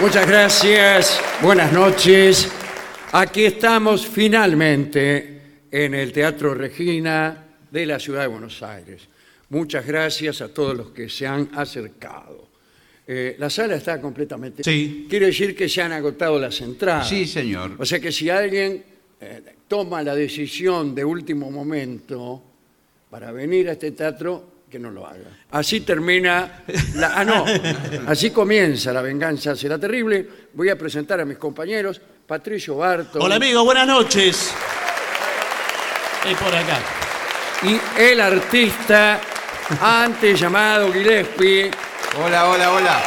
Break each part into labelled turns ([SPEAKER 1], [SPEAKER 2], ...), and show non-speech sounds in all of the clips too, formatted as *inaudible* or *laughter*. [SPEAKER 1] Muchas gracias, buenas noches. Aquí estamos finalmente en el Teatro Regina de la Ciudad de Buenos Aires. Muchas gracias a todos los que se han acercado. Eh, la sala está completamente...
[SPEAKER 2] Sí.
[SPEAKER 1] Quiero decir que se han agotado las entradas.
[SPEAKER 2] Sí, señor.
[SPEAKER 1] O sea que si alguien eh, toma la decisión de último momento para venir a este teatro, que no lo haga. Así termina. La, ah,
[SPEAKER 3] *laughs*
[SPEAKER 1] no. Así comienza La venganza será terrible. Voy a presentar a mis compañeros, Patricio Barto
[SPEAKER 3] Hola amigo, buenas noches. Es por acá.
[SPEAKER 1] y el artista antes llamado Gillespie.
[SPEAKER 2] Hola, hola, hola.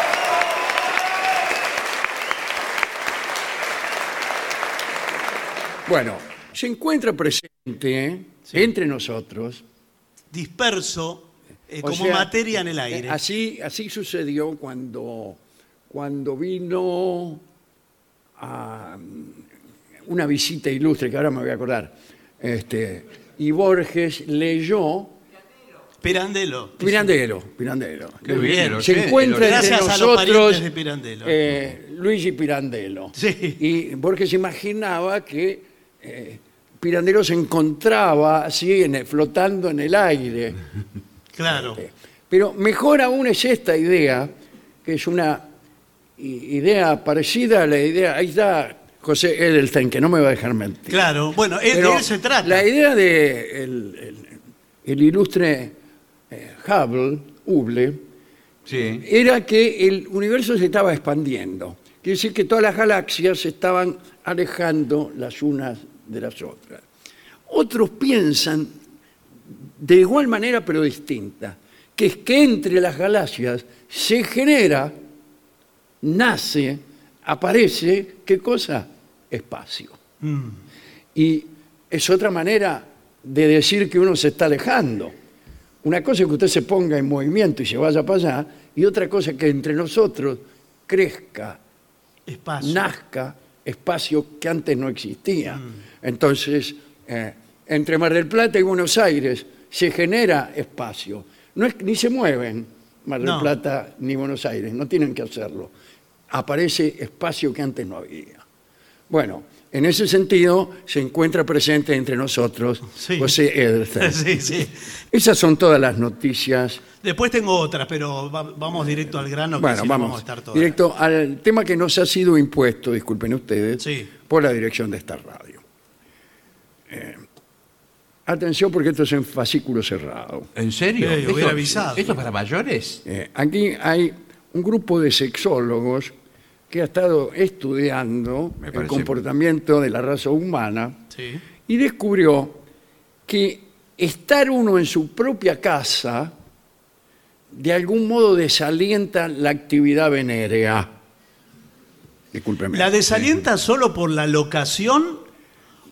[SPEAKER 1] Bueno, se encuentra presente ¿eh? entre nosotros.
[SPEAKER 3] Disperso eh,
[SPEAKER 1] O
[SPEAKER 3] como
[SPEAKER 1] sea,
[SPEAKER 3] materia en el aire.
[SPEAKER 1] eh, Así, así sucedió cuando, cuando vino a mm, una visita ilustre, que ahora me voy a acordar, este, y Borges leyó
[SPEAKER 3] Pirandelo.
[SPEAKER 1] Pirandello. Pirandello.
[SPEAKER 2] Qué bien, lo sé,
[SPEAKER 1] Se encuentra
[SPEAKER 2] lo sé.
[SPEAKER 1] entre
[SPEAKER 3] Gracias a los
[SPEAKER 1] nosotros
[SPEAKER 3] parientes de Pirandello.
[SPEAKER 1] eh, Luigi Pirandello.
[SPEAKER 3] Sí.
[SPEAKER 1] Y Borges imaginaba que eh, Pirandello se encontraba así, en el- flotando en el aire.
[SPEAKER 3] Claro.
[SPEAKER 1] Eh, Pero mejor aún es esta idea, que es una i- idea parecida a la idea. Ahí está José Edelstein, que no me va a dejar mentir.
[SPEAKER 3] Claro. Bueno, es-
[SPEAKER 1] Pero
[SPEAKER 3] de él se trata.
[SPEAKER 1] La idea de el, el- el ilustre eh, Hubble, Hubble,
[SPEAKER 2] Sí.
[SPEAKER 1] era que el universo se estaba expandiendo. Quiere decir que todas las galaxias se estaban alejando las unas de las otras. Otros piensan de igual manera pero distinta, que es que entre las galaxias se genera, nace, aparece, ¿qué cosa? Espacio.
[SPEAKER 3] Mm,
[SPEAKER 1] Y es otra manera de decir que uno se está alejando. Una cosa es que usted se ponga en movimiento y se vaya para allá, y otra cosa es que entre nosotros crezca,
[SPEAKER 3] Espacio. Mm.
[SPEAKER 1] nazca espacio que antes no existía. Entonces, eh, entre Mar del Plata y Buenos Aires se genera espacio. No es- ni se mueven Mar del
[SPEAKER 3] No.
[SPEAKER 1] Plata ni Buenos Aires, no tienen que hacerlo. Aparece espacio que antes no había. Bueno, en ese sentido se encuentra presente entre nosotros
[SPEAKER 3] Sí.
[SPEAKER 1] José Edelstein.
[SPEAKER 3] *laughs* *laughs* Sí, sí.
[SPEAKER 1] Esas son todas las noticias.
[SPEAKER 3] Después tengo otras, pero va- vamos directo al grano. que
[SPEAKER 1] Bueno,
[SPEAKER 3] si no
[SPEAKER 1] vamos,
[SPEAKER 3] vamos a estar todos.
[SPEAKER 1] directo al tema que nos ha sido impuesto, disculpen ustedes,
[SPEAKER 3] Sí.
[SPEAKER 1] por la dirección de esta radio. Eh, atención porque esto es en fascículo cerrado.
[SPEAKER 2] ¿En serio?
[SPEAKER 3] Sí, hubiera
[SPEAKER 2] ¿Esto-
[SPEAKER 3] avisado.
[SPEAKER 2] ¿Esto es para mayores?
[SPEAKER 1] Eh, aquí hay un grupo de sexólogos que ha estado estudiando
[SPEAKER 2] Me
[SPEAKER 1] el
[SPEAKER 2] parece-
[SPEAKER 1] comportamiento de la raza humana
[SPEAKER 3] Sí.
[SPEAKER 1] y descubrió que estar uno en su propia casa de algún modo desalienta la actividad venérea. Discúlpeme.
[SPEAKER 3] ¿La desalienta solo por la locación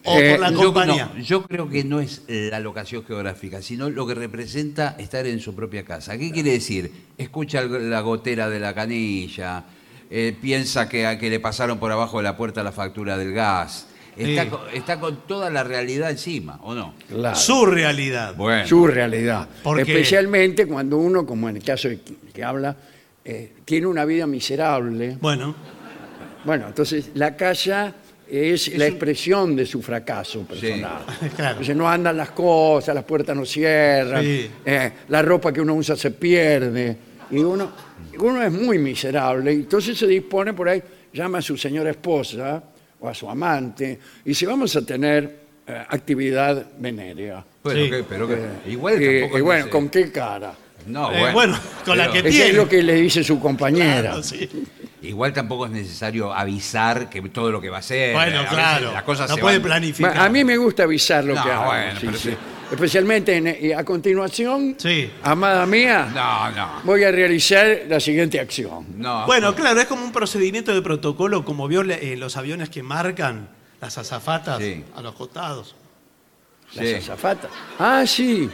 [SPEAKER 3] o
[SPEAKER 1] Eh,
[SPEAKER 3] por la
[SPEAKER 2] Yo,
[SPEAKER 3] compañía?
[SPEAKER 2] no, yo creo que no es eh, la locación geográfica, sino lo que representa estar en su propia casa. ¿Qué quiere decir? Escucha el- la gotera de la canilla, eh, piensa que, a- que le pasaron por abajo de la puerta la factura del gas. Está,
[SPEAKER 3] Sí.
[SPEAKER 2] con, está con toda la realidad encima, ¿o no?
[SPEAKER 1] Claro,
[SPEAKER 3] Su realidad.
[SPEAKER 2] Bueno.
[SPEAKER 1] su realidad.
[SPEAKER 3] Porque-
[SPEAKER 1] Especialmente cuando uno, como en el caso de que- que habla, eh, tiene una vida miserable.
[SPEAKER 3] Bueno, *laughs*
[SPEAKER 1] Bueno, entonces la casa es, la expresión de su fracaso personal.
[SPEAKER 3] claro.
[SPEAKER 1] Entonces no andan las cosas, las puertas no cierran,
[SPEAKER 3] Sí.
[SPEAKER 1] eh, la ropa que uno usa se pierde. Y uno, uno es muy miserable. Entonces se dispone por ahí, llama a su señora esposa o a su amante y dice, vamos a tener eh, actividad venérea.
[SPEAKER 2] Bueno,
[SPEAKER 3] Sí.
[SPEAKER 2] que- pero que- igual
[SPEAKER 1] Eh,
[SPEAKER 2] tampoco
[SPEAKER 1] y
[SPEAKER 2] no
[SPEAKER 1] bueno,
[SPEAKER 2] sé.
[SPEAKER 1] ¿con qué cara?
[SPEAKER 2] No,
[SPEAKER 3] Eh, bueno, con la
[SPEAKER 2] pero
[SPEAKER 1] Eso
[SPEAKER 3] que- Tiene.
[SPEAKER 1] es lo que le dice su compañera.
[SPEAKER 3] claro, sí.
[SPEAKER 2] Igual tampoco es necesario avisar que todo lo que va Eh, a hacer.
[SPEAKER 3] Bueno,
[SPEAKER 2] A veces
[SPEAKER 3] claro.
[SPEAKER 2] Las cosas
[SPEAKER 3] no
[SPEAKER 2] se
[SPEAKER 3] puede
[SPEAKER 2] van-
[SPEAKER 3] planificar.
[SPEAKER 1] A mí me gusta avisar lo
[SPEAKER 2] No,
[SPEAKER 1] que hago.
[SPEAKER 2] bueno,
[SPEAKER 1] sí,
[SPEAKER 2] pero
[SPEAKER 1] sí.
[SPEAKER 2] sí.
[SPEAKER 1] especialmente en- y a continuación,
[SPEAKER 3] Sí.
[SPEAKER 1] amada mía,
[SPEAKER 2] No, no.
[SPEAKER 1] voy a realizar la siguiente acción.
[SPEAKER 2] No.
[SPEAKER 3] Bueno, claro, es como un procedimiento de protocolo, como vio eh, los aviones que marcan las azafatas
[SPEAKER 2] Sí.
[SPEAKER 3] a los costados.
[SPEAKER 1] Las
[SPEAKER 2] Sí.
[SPEAKER 1] azafatas. Ah, sí.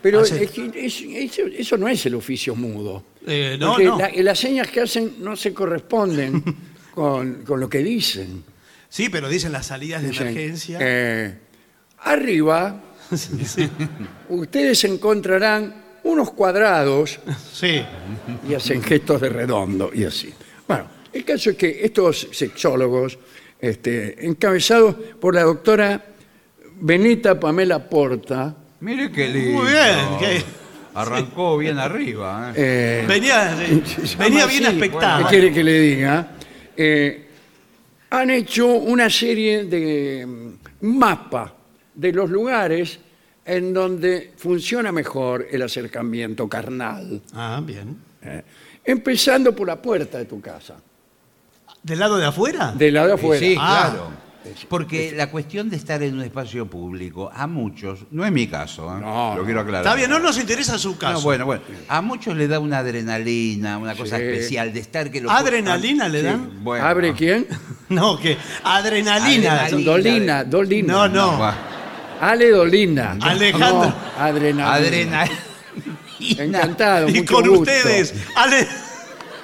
[SPEAKER 1] Pero
[SPEAKER 3] Ah, sí.
[SPEAKER 1] es que es- eso, eso no es el oficio mudo.
[SPEAKER 3] Eh, no,
[SPEAKER 1] Porque
[SPEAKER 3] no.
[SPEAKER 1] la- las señas que hacen no se
[SPEAKER 3] *laughs*
[SPEAKER 1] corresponden con, con lo que dicen.
[SPEAKER 3] Sí, pero dicen las salidas de
[SPEAKER 1] Dicen,
[SPEAKER 3] emergencia.
[SPEAKER 1] eh, arriba,
[SPEAKER 3] *laughs* Sí, sí.
[SPEAKER 1] ustedes encontrarán unos cuadrados
[SPEAKER 3] Sí.
[SPEAKER 1] y hacen gestos de redondo y así. Bueno, el caso es que estos sexólogos, este, encabezados por la doctora Benita Pamela Porta,
[SPEAKER 2] Mire qué lindo.
[SPEAKER 3] Muy bien, qué-
[SPEAKER 2] Arrancó bien arriba. ¿eh?
[SPEAKER 1] eh,
[SPEAKER 3] Venía,
[SPEAKER 1] *laughs*
[SPEAKER 3] eh, venía bien
[SPEAKER 1] Sí,
[SPEAKER 3] aspectada.
[SPEAKER 1] ¿Qué quiere que le diga? Eh, han hecho una serie de mm, mapa de los lugares en donde funciona mejor el acercamiento carnal.
[SPEAKER 3] Ah, bien.
[SPEAKER 1] eh. Empezando por la puerta de tu casa,
[SPEAKER 3] ¿Del lado de afuera?
[SPEAKER 1] del lado de afuera.
[SPEAKER 2] Sí,
[SPEAKER 3] Ah.
[SPEAKER 2] claro. Porque la cuestión de estar en un espacio público, a muchos, no es mi caso, ¿eh?
[SPEAKER 1] No,
[SPEAKER 2] lo quiero aclarar.
[SPEAKER 3] Está bien, no nos interesa su caso.
[SPEAKER 2] No, bueno, bueno. A muchos le da una adrenalina, una cosa
[SPEAKER 1] Sí.
[SPEAKER 2] especial de estar que lo
[SPEAKER 3] ¿Adrenalina le
[SPEAKER 2] Sí,
[SPEAKER 3] dan?
[SPEAKER 2] bueno.
[SPEAKER 1] ¿Abre quién?
[SPEAKER 3] No, que adrenalina.
[SPEAKER 2] Adrenalina.
[SPEAKER 1] Dolina, Dolina.
[SPEAKER 3] No, no.
[SPEAKER 2] Va.
[SPEAKER 1] Ale Dolina.
[SPEAKER 3] Alejandro.
[SPEAKER 1] No, adrenalina.
[SPEAKER 2] Adrenalina.
[SPEAKER 1] Encantado,
[SPEAKER 3] Y
[SPEAKER 1] mucho
[SPEAKER 3] con
[SPEAKER 1] gusto.
[SPEAKER 3] ustedes,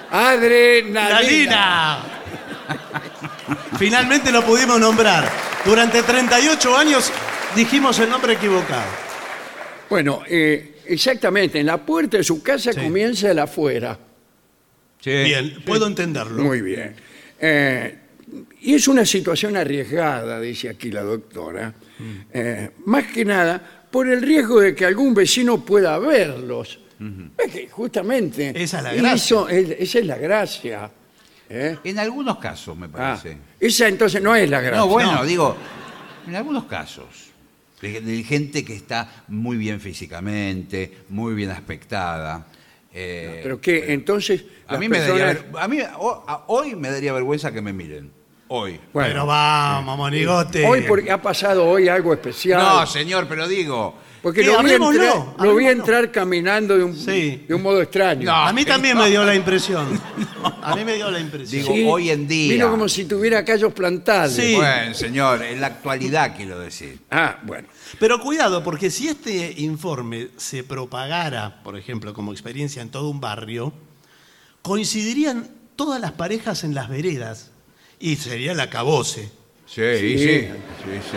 [SPEAKER 1] Adrenalina.
[SPEAKER 3] adrenalina. *laughs* Finalmente lo pudimos nombrar. Durante 38 años dijimos el nombre equivocado.
[SPEAKER 1] Bueno, eh, exactamente, en la puerta de su casa
[SPEAKER 3] Sí.
[SPEAKER 1] comienza el afuera.
[SPEAKER 2] Sí.
[SPEAKER 3] Bien, puedo entenderlo.
[SPEAKER 1] Muy bien. Eh, y es una situación arriesgada, dice aquí la doctora, eh, más que nada por el riesgo de que algún vecino pueda verlos. Es que justamente.
[SPEAKER 3] Esa es la
[SPEAKER 1] y
[SPEAKER 3] gracia.
[SPEAKER 1] eso es- esa es la gracia. ¿eh?
[SPEAKER 2] En algunos casos, me
[SPEAKER 1] Ah,
[SPEAKER 2] parece.
[SPEAKER 1] esa entonces no es la gracia.
[SPEAKER 2] no, bueno,
[SPEAKER 3] No.
[SPEAKER 2] digo, en algunos casos. De, de gente que está muy bien físicamente, muy bien aspectada. eh,
[SPEAKER 1] Pero que entonces.
[SPEAKER 2] a
[SPEAKER 1] las
[SPEAKER 2] mí me daría.
[SPEAKER 1] personas-
[SPEAKER 2] ver- A mí, o- a- hoy me daría vergüenza que me miren. Hoy.
[SPEAKER 1] Bueno,
[SPEAKER 3] Pero vamos, monigote.
[SPEAKER 1] Hoy porque ha pasado hoy algo Pues especial.
[SPEAKER 2] No, señor, pero digo.
[SPEAKER 1] Porque
[SPEAKER 3] Sí,
[SPEAKER 1] lo vi,
[SPEAKER 3] hablémoslo,
[SPEAKER 1] entrar, lo vi
[SPEAKER 3] hablémoslo.
[SPEAKER 1] entrar caminando de un,
[SPEAKER 3] Sí.
[SPEAKER 1] de un modo extraño.
[SPEAKER 2] No.
[SPEAKER 3] A mí también me dio la impresión.
[SPEAKER 2] *laughs*
[SPEAKER 3] A mí me dio la impresión.
[SPEAKER 2] Digo, hoy en día.
[SPEAKER 1] Vino como si tuviera callos plantados.
[SPEAKER 3] Sí.
[SPEAKER 2] Bueno, señor, en la actualidad quiero decir.
[SPEAKER 1] Ah, bueno.
[SPEAKER 3] Pero cuidado, porque si este informe se propagara, por ejemplo, como experiencia en todo un barrio, coincidirían todas las parejas en las veredas y sería la caboce.
[SPEAKER 2] Sí, sí, sí. sí.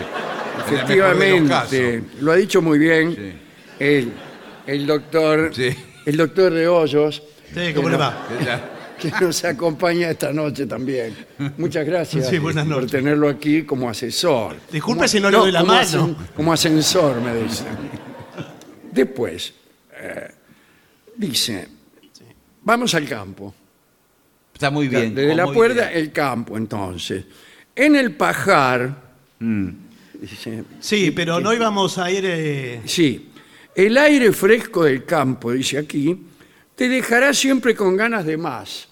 [SPEAKER 2] En el mejor de los casos.
[SPEAKER 1] Efectivamente. Lo ha dicho muy bien
[SPEAKER 2] Sí.
[SPEAKER 1] el, el doctor.
[SPEAKER 2] Sí.
[SPEAKER 1] El doctor de Hoyos.
[SPEAKER 3] Sí, ¿cómo le va?
[SPEAKER 1] Que nos acompaña esta noche también. Muchas gracias
[SPEAKER 3] Sí, buenas
[SPEAKER 1] por
[SPEAKER 3] noches.
[SPEAKER 1] tenerlo aquí como asesor.
[SPEAKER 3] Disculpe
[SPEAKER 1] Como-
[SPEAKER 3] si no le doy la
[SPEAKER 1] como asen-
[SPEAKER 3] mano.
[SPEAKER 1] como ascensor, me dicen. Después, eh, dice, vamos al campo.
[SPEAKER 2] Está muy bien.
[SPEAKER 1] Desde
[SPEAKER 2] con
[SPEAKER 1] la
[SPEAKER 2] movilidad.
[SPEAKER 1] puerta, el campo, entonces. En el pajar.
[SPEAKER 2] Mm.
[SPEAKER 1] dice,
[SPEAKER 3] Sí, pero no íbamos a ir... eh,
[SPEAKER 1] sí. El aire fresco del campo, dice aquí, te dejará siempre con ganas de más.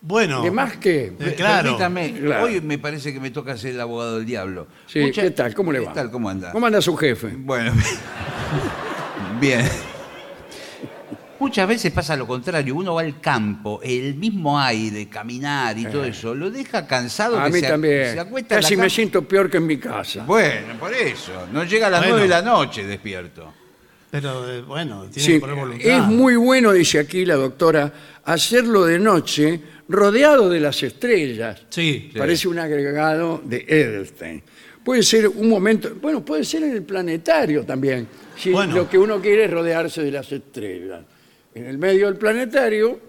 [SPEAKER 3] Bueno.
[SPEAKER 1] ¿De más qué?
[SPEAKER 3] Eh, claro.
[SPEAKER 2] Permítame,
[SPEAKER 1] Claro.
[SPEAKER 2] hoy me parece que me toca ser el abogado del diablo.
[SPEAKER 1] Sí,
[SPEAKER 2] Mucha-
[SPEAKER 1] ¿Qué tal? ¿Cómo le va?
[SPEAKER 2] ¿Qué tal? ¿Cómo anda?
[SPEAKER 1] ¿Cómo anda su jefe?
[SPEAKER 2] Bueno, *laughs* bien. Muchas veces pasa lo contrario, uno va al campo, el mismo aire, caminar y todo eso, lo deja cansado.
[SPEAKER 1] Eh. A
[SPEAKER 2] que
[SPEAKER 1] mí
[SPEAKER 2] se,
[SPEAKER 1] también.
[SPEAKER 2] se acuesta en la
[SPEAKER 1] Casi me
[SPEAKER 2] cama.
[SPEAKER 1] siento peor que en mi casa.
[SPEAKER 2] Bueno, por eso, no llega a las
[SPEAKER 3] Bueno.
[SPEAKER 2] nueve de la noche despierto.
[SPEAKER 3] Pero eh, bueno, tiene
[SPEAKER 1] Sí,
[SPEAKER 3] que poner voluntad.
[SPEAKER 1] es muy bueno, dice aquí la doctora, hacerlo de noche rodeado de las estrellas.
[SPEAKER 3] Sí.
[SPEAKER 1] Parece un agregado de Edelstein. Puede ser un momento, bueno, puede ser en el planetario también. Si
[SPEAKER 3] Bueno.
[SPEAKER 1] lo que uno quiere es rodearse de las estrellas. En el medio del planetario,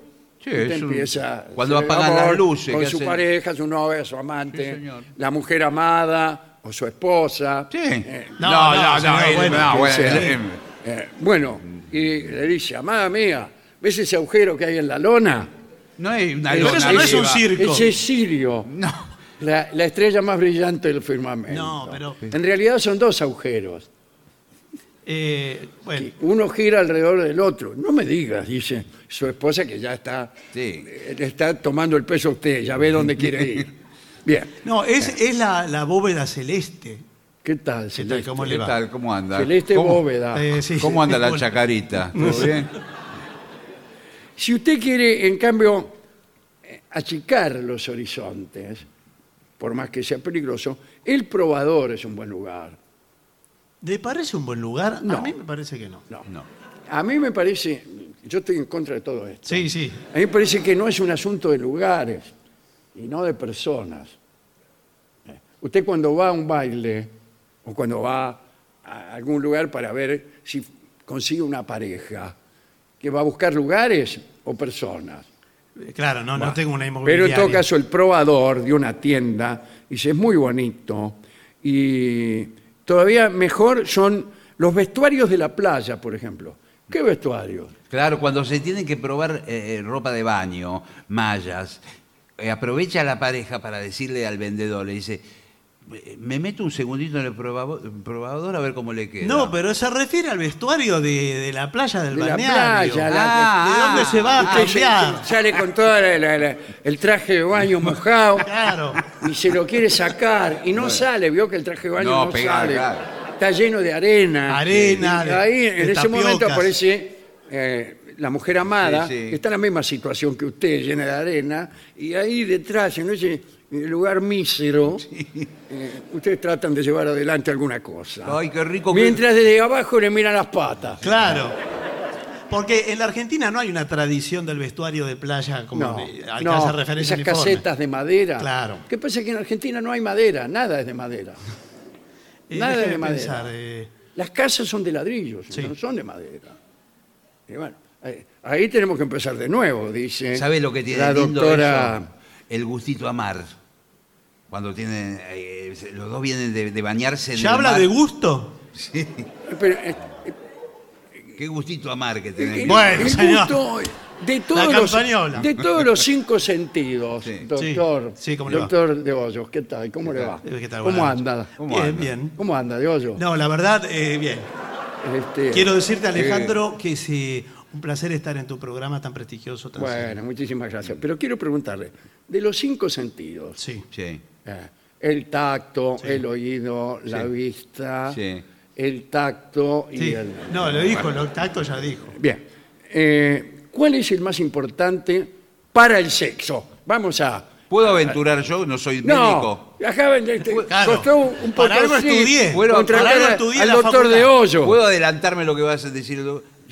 [SPEAKER 2] Sí,
[SPEAKER 1] usted
[SPEAKER 2] es un-
[SPEAKER 1] empieza.
[SPEAKER 2] cuando
[SPEAKER 1] hacer el
[SPEAKER 2] apagan las
[SPEAKER 1] amor
[SPEAKER 2] luces,
[SPEAKER 1] Con
[SPEAKER 2] ¿qué
[SPEAKER 1] su
[SPEAKER 2] hacen?
[SPEAKER 1] pareja, su novia, su amante,
[SPEAKER 2] Sí, señor.
[SPEAKER 1] la mujer amada o su esposa.
[SPEAKER 2] Sí.
[SPEAKER 1] Eh,
[SPEAKER 3] No, no, señor,
[SPEAKER 2] eh,
[SPEAKER 3] bueno,
[SPEAKER 2] no,
[SPEAKER 3] que
[SPEAKER 2] bueno,
[SPEAKER 1] sea.
[SPEAKER 2] eh,
[SPEAKER 1] eh, bueno, y le dice, amada mía, ¿ves ese agujero que hay en la lona? Eh,
[SPEAKER 2] no hay una
[SPEAKER 3] Pero
[SPEAKER 2] lona
[SPEAKER 3] eso no es un
[SPEAKER 2] arriba.
[SPEAKER 3] circo.
[SPEAKER 1] Ese es Sirio.
[SPEAKER 2] No.
[SPEAKER 1] La, la estrella más brillante del firmamento.
[SPEAKER 3] No, pero-
[SPEAKER 1] En realidad son dos agujeros.
[SPEAKER 3] Eh, bueno,
[SPEAKER 1] Uno gira alrededor del otro. No me digas, dice su esposa que ya está,
[SPEAKER 2] Sí.
[SPEAKER 1] eh, le está tomando el
[SPEAKER 2] *laughs*
[SPEAKER 1] peso a usted, ya ve dónde quiere ir. Bien.
[SPEAKER 3] no, es, es la, la bóveda celeste.
[SPEAKER 1] ¿Qué tal,
[SPEAKER 3] ¿Qué
[SPEAKER 1] Celeste?
[SPEAKER 3] tal? Este, ¿Cómo
[SPEAKER 2] ¿Qué
[SPEAKER 3] le va?
[SPEAKER 2] tal? ¿Cómo anda?
[SPEAKER 1] Celeste
[SPEAKER 2] ¿Cómo,
[SPEAKER 1] Bóveda.
[SPEAKER 3] Eh, sí,
[SPEAKER 2] ¿Cómo anda la
[SPEAKER 3] disculpe.
[SPEAKER 2] chacarita? ¿Todo bien?
[SPEAKER 1] Si usted quiere, en cambio, eh, achicar los horizontes, por más que sea peligroso, el probador es un buen lugar.
[SPEAKER 3] ¿Le parece un buen lugar?
[SPEAKER 1] No.
[SPEAKER 3] A mí me parece que no.
[SPEAKER 1] No.
[SPEAKER 2] No.
[SPEAKER 1] A mí me parece, yo estoy en contra de todo esto.
[SPEAKER 3] Sí, sí.
[SPEAKER 1] A mí me parece que no es un asunto de lugares y no de personas. Eh, Usted cuando va a un baile o cuando va a algún lugar para ver si consigue una pareja, que va a buscar lugares o personas.
[SPEAKER 3] Eh, Claro, no, no tengo una inmobiliaria.
[SPEAKER 1] Pero en todo caso, el probador de una tienda dice, es muy bonito. Y todavía mejor son los vestuarios de la playa, por ejemplo. ¿Qué vestuarios?
[SPEAKER 2] Claro, cuando se tienen que probar eh, ropa de baño, mallas, eh, aprovecha la pareja para decirle al vendedor, le dice, "Eh, me meto un segundito en el probabo- probador a ver cómo le queda.
[SPEAKER 3] No, pero se refiere al vestuario de, de la playa del
[SPEAKER 1] De la
[SPEAKER 3] balneario. Ah,
[SPEAKER 1] playa, la-
[SPEAKER 3] ¿De dónde se va a
[SPEAKER 1] Usted se-
[SPEAKER 3] cambiar?
[SPEAKER 1] sale con todo el traje de baño mojado
[SPEAKER 3] Claro.
[SPEAKER 1] y se lo quiere sacar y no sale. Vio que el traje de baño no,
[SPEAKER 2] No, pega,
[SPEAKER 1] sale.
[SPEAKER 2] claro.
[SPEAKER 1] Está lleno de arena.
[SPEAKER 3] Arena,
[SPEAKER 1] Y
[SPEAKER 3] de-
[SPEAKER 1] ahí
[SPEAKER 3] de
[SPEAKER 1] en ese momento
[SPEAKER 3] tapiocas.
[SPEAKER 1] aparece eh, la mujer amada,
[SPEAKER 2] Sí, sí.
[SPEAKER 1] que está en la misma situación que usted, llena de arena, y ahí detrás, en ese lugar mísero, eh, ustedes tratan de llevar adelante alguna cosa.
[SPEAKER 2] Ay, qué rico que-
[SPEAKER 1] Mientras desde abajo le miran las patas.
[SPEAKER 3] Claro. Porque en la Argentina no hay una tradición del vestuario de playa como de- al que hace referencia
[SPEAKER 1] esas
[SPEAKER 3] el informe.
[SPEAKER 1] casetas de madera.
[SPEAKER 3] Claro.
[SPEAKER 1] ¿Qué pasa? Que en Argentina no hay madera, nada es de madera.
[SPEAKER 3] Eh,
[SPEAKER 1] nada
[SPEAKER 3] déjeme
[SPEAKER 1] de madera.
[SPEAKER 3] pensar, eh,
[SPEAKER 1] Las casas son de ladrillos,
[SPEAKER 3] Sí.
[SPEAKER 1] no son de madera. Y bueno, eh, ahí tenemos que empezar de nuevo, dice
[SPEAKER 2] ¿Sabes lo que tiene
[SPEAKER 1] la
[SPEAKER 2] lindo
[SPEAKER 1] doctora.
[SPEAKER 2] eso? El gustito a mar. Cuando tienen, eh, se- los dos vienen de, de bañarse en
[SPEAKER 3] ¿Ya
[SPEAKER 2] el
[SPEAKER 3] habla
[SPEAKER 2] mar.
[SPEAKER 3] de gusto?
[SPEAKER 1] Pero, eh,
[SPEAKER 2] Qué gustito a mar que tenés.
[SPEAKER 3] Bueno.
[SPEAKER 1] el
[SPEAKER 3] señor.
[SPEAKER 1] gusto de todos,
[SPEAKER 3] La
[SPEAKER 1] los,
[SPEAKER 3] campañola.
[SPEAKER 1] de todos los cinco sentidos,
[SPEAKER 2] Sí.
[SPEAKER 1] doctor,
[SPEAKER 3] Sí, sí, ¿cómo le va?
[SPEAKER 1] doctor de Hoyos, ¿qué tal? ¿Cómo le va?
[SPEAKER 3] Eh, ¿qué tal?
[SPEAKER 1] ¿Cómo
[SPEAKER 3] Buenas
[SPEAKER 1] anda?
[SPEAKER 3] noches.
[SPEAKER 2] ¿Cómo
[SPEAKER 3] bien,
[SPEAKER 2] anda?
[SPEAKER 3] bien.
[SPEAKER 1] ¿Cómo anda de Hoyos?
[SPEAKER 3] No, la verdad, eh, bien.
[SPEAKER 1] Este,
[SPEAKER 3] Quiero decirte, Alejandro, que es eh, un placer estar en tu programa tan prestigioso. Tan
[SPEAKER 1] Bueno, muchísimas gracias. Pero quiero preguntarle, de los cinco sentidos,
[SPEAKER 3] Mm. Sí.
[SPEAKER 2] Sí.
[SPEAKER 1] eh, el tacto, el oído, la
[SPEAKER 2] Sí.
[SPEAKER 1] vista,
[SPEAKER 2] Sí.
[SPEAKER 1] el tacto y
[SPEAKER 3] sí.
[SPEAKER 1] el...
[SPEAKER 3] No, lo dijo, lo tacto ya dijo.
[SPEAKER 1] Bien, eh, ¿cuál es el más importante para el sexo? Vamos a...
[SPEAKER 2] ¿Puedo aventurar yo? No soy médico.
[SPEAKER 1] No, acaban de... te-
[SPEAKER 3] Claro.
[SPEAKER 1] Costó un, un poco
[SPEAKER 3] Para algo
[SPEAKER 1] así
[SPEAKER 3] estudié.
[SPEAKER 2] Bueno, para
[SPEAKER 1] contratar
[SPEAKER 3] algo
[SPEAKER 1] a-
[SPEAKER 3] estudié
[SPEAKER 1] al
[SPEAKER 3] la
[SPEAKER 1] doctor
[SPEAKER 3] facultad.
[SPEAKER 1] de hoyo.
[SPEAKER 2] ¿Puedo adelantarme lo que vas a decir?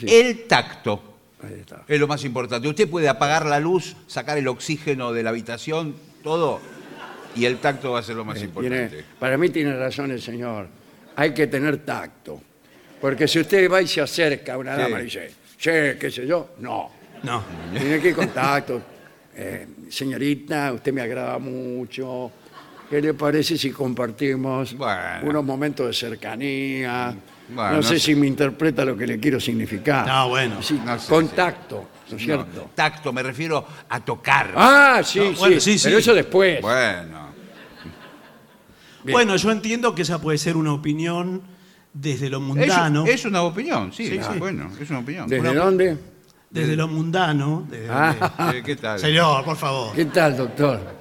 [SPEAKER 2] El tacto
[SPEAKER 1] Ahí está.
[SPEAKER 2] es lo más importante. Usted puede apagar la luz, sacar el oxígeno de la habitación, todo, y el tacto va a ser lo más
[SPEAKER 1] Eh, Tiene-
[SPEAKER 2] importante.
[SPEAKER 1] para mí tiene razón el señor. Hay que tener tacto. Porque si usted va y se acerca a una
[SPEAKER 2] Sí.
[SPEAKER 1] dama y dice, che, qué sé yo, no.
[SPEAKER 3] No.
[SPEAKER 1] Tiene que ir con tacto. Eh, señorita, usted me agrada mucho. ¿Qué le parece si compartimos
[SPEAKER 2] Bueno.
[SPEAKER 1] unos momentos de cercanía?
[SPEAKER 2] Bueno,
[SPEAKER 1] no sé
[SPEAKER 2] no
[SPEAKER 1] si me interpreta lo que le quiero significar.
[SPEAKER 3] No, bueno.
[SPEAKER 1] Sí,
[SPEAKER 2] No sé,
[SPEAKER 1] con
[SPEAKER 2] sí.
[SPEAKER 1] tacto, ¿no es cierto?
[SPEAKER 2] No, tacto, me refiero a tocar.
[SPEAKER 1] Ah, sí,
[SPEAKER 3] No,
[SPEAKER 1] sí,
[SPEAKER 3] bueno, sí,
[SPEAKER 1] Pero
[SPEAKER 3] sí.
[SPEAKER 1] eso después.
[SPEAKER 2] Bueno.
[SPEAKER 1] Bien.
[SPEAKER 3] Bueno, yo entiendo que esa puede ser una opinión desde lo
[SPEAKER 2] Es,
[SPEAKER 3] mundano.
[SPEAKER 2] es una opinión, sí, ah,
[SPEAKER 3] Sí, sí.
[SPEAKER 2] bueno, es una opinión.
[SPEAKER 1] ¿Desde
[SPEAKER 2] Una-
[SPEAKER 1] dónde?
[SPEAKER 3] Desde lo mundano. Desde donde-
[SPEAKER 1] Ah,
[SPEAKER 2] Eh, ¿Qué tal?
[SPEAKER 3] Señor, por favor.
[SPEAKER 1] ¿Qué tal, doctor?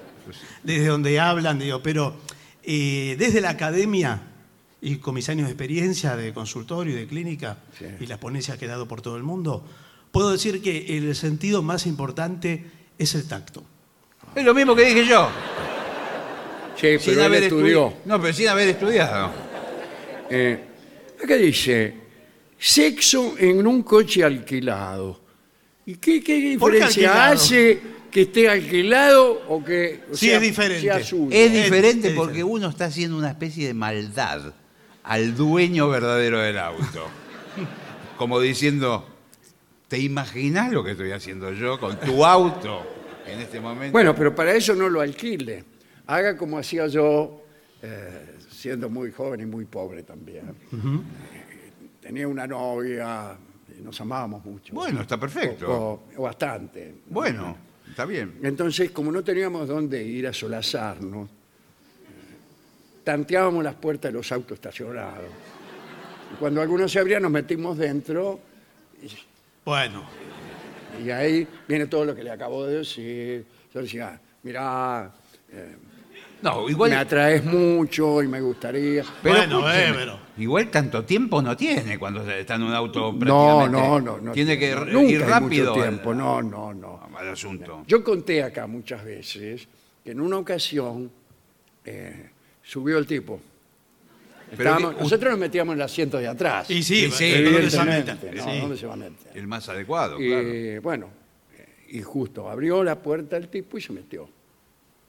[SPEAKER 3] desde donde hablan, digo, pero eh, desde la academia y con mis años de experiencia de consultorio y de clínica y las ponencias que he dado por todo el mundo, puedo decir que el sentido más importante es el tacto.
[SPEAKER 2] Es lo mismo que dije yo.
[SPEAKER 1] Sí,
[SPEAKER 2] Sin
[SPEAKER 1] pero él
[SPEAKER 2] haber
[SPEAKER 1] estudió.
[SPEAKER 2] estudi- No, pero sin haber estudiado.
[SPEAKER 1] Eh, acá dice, sexo en un coche alquilado. ¿Y qué, qué
[SPEAKER 3] ¿Por qué
[SPEAKER 1] diferencia
[SPEAKER 3] alquilado?
[SPEAKER 1] hace que esté alquilado o que o
[SPEAKER 3] Sí,
[SPEAKER 1] sea-
[SPEAKER 3] es diferente.
[SPEAKER 1] sea suyo?
[SPEAKER 2] Es
[SPEAKER 3] Es-
[SPEAKER 2] diferente
[SPEAKER 3] es
[SPEAKER 2] porque
[SPEAKER 3] diferente.
[SPEAKER 2] uno está haciendo una especie de maldad al dueño verdadero del auto. *laughs* Como diciendo, ¿te imaginas lo que estoy haciendo yo con tu auto en este momento?
[SPEAKER 1] Bueno, pero para eso no lo alquile. Haga como hacía yo, eh, siendo muy joven y muy pobre también. Eh, Tenía una novia, y nos amábamos mucho.
[SPEAKER 2] Bueno, está perfecto.
[SPEAKER 1] O, o bastante.
[SPEAKER 2] Bueno, está bien.
[SPEAKER 1] Entonces, como no teníamos dónde ir a solazarnos, tanteábamos las puertas de los autos estacionados. Y Cuando algunos se abrían, nos metimos dentro
[SPEAKER 3] Bueno,
[SPEAKER 1] y ahí viene todo lo que le acabo de decir. Yo decía, mirá, eh,
[SPEAKER 2] No,
[SPEAKER 1] me
[SPEAKER 2] igual,
[SPEAKER 1] atraes mucho y me gustaría.
[SPEAKER 2] pero
[SPEAKER 3] Bueno, eh,
[SPEAKER 2] escúcheme,
[SPEAKER 3] pero-
[SPEAKER 2] igual tanto tiempo no tiene cuando se- está en un auto
[SPEAKER 1] No,
[SPEAKER 2] prácticamente.
[SPEAKER 1] no, no, no.
[SPEAKER 2] Tiene que
[SPEAKER 1] no,
[SPEAKER 2] ir-
[SPEAKER 1] nunca
[SPEAKER 2] ir
[SPEAKER 1] hay
[SPEAKER 2] rápido
[SPEAKER 1] Mucho
[SPEAKER 2] al-
[SPEAKER 1] tiempo. No, no, no.
[SPEAKER 2] al asunto.
[SPEAKER 1] Yo conté acá muchas veces que en una ocasión eh, subió el tipo.
[SPEAKER 2] Pero
[SPEAKER 1] Estábamos-
[SPEAKER 2] que-
[SPEAKER 1] nosotros nos metíamos en el asiento de atrás.
[SPEAKER 3] Y sí,
[SPEAKER 2] Y sí,
[SPEAKER 3] evidentemente.
[SPEAKER 1] Evidentemente,
[SPEAKER 3] Sí.
[SPEAKER 1] ¿no? ¿Dónde se va a meter?
[SPEAKER 2] El más adecuado, claro.
[SPEAKER 1] Eh, Bueno, eh, y justo abrió la puerta el tipo y se metió.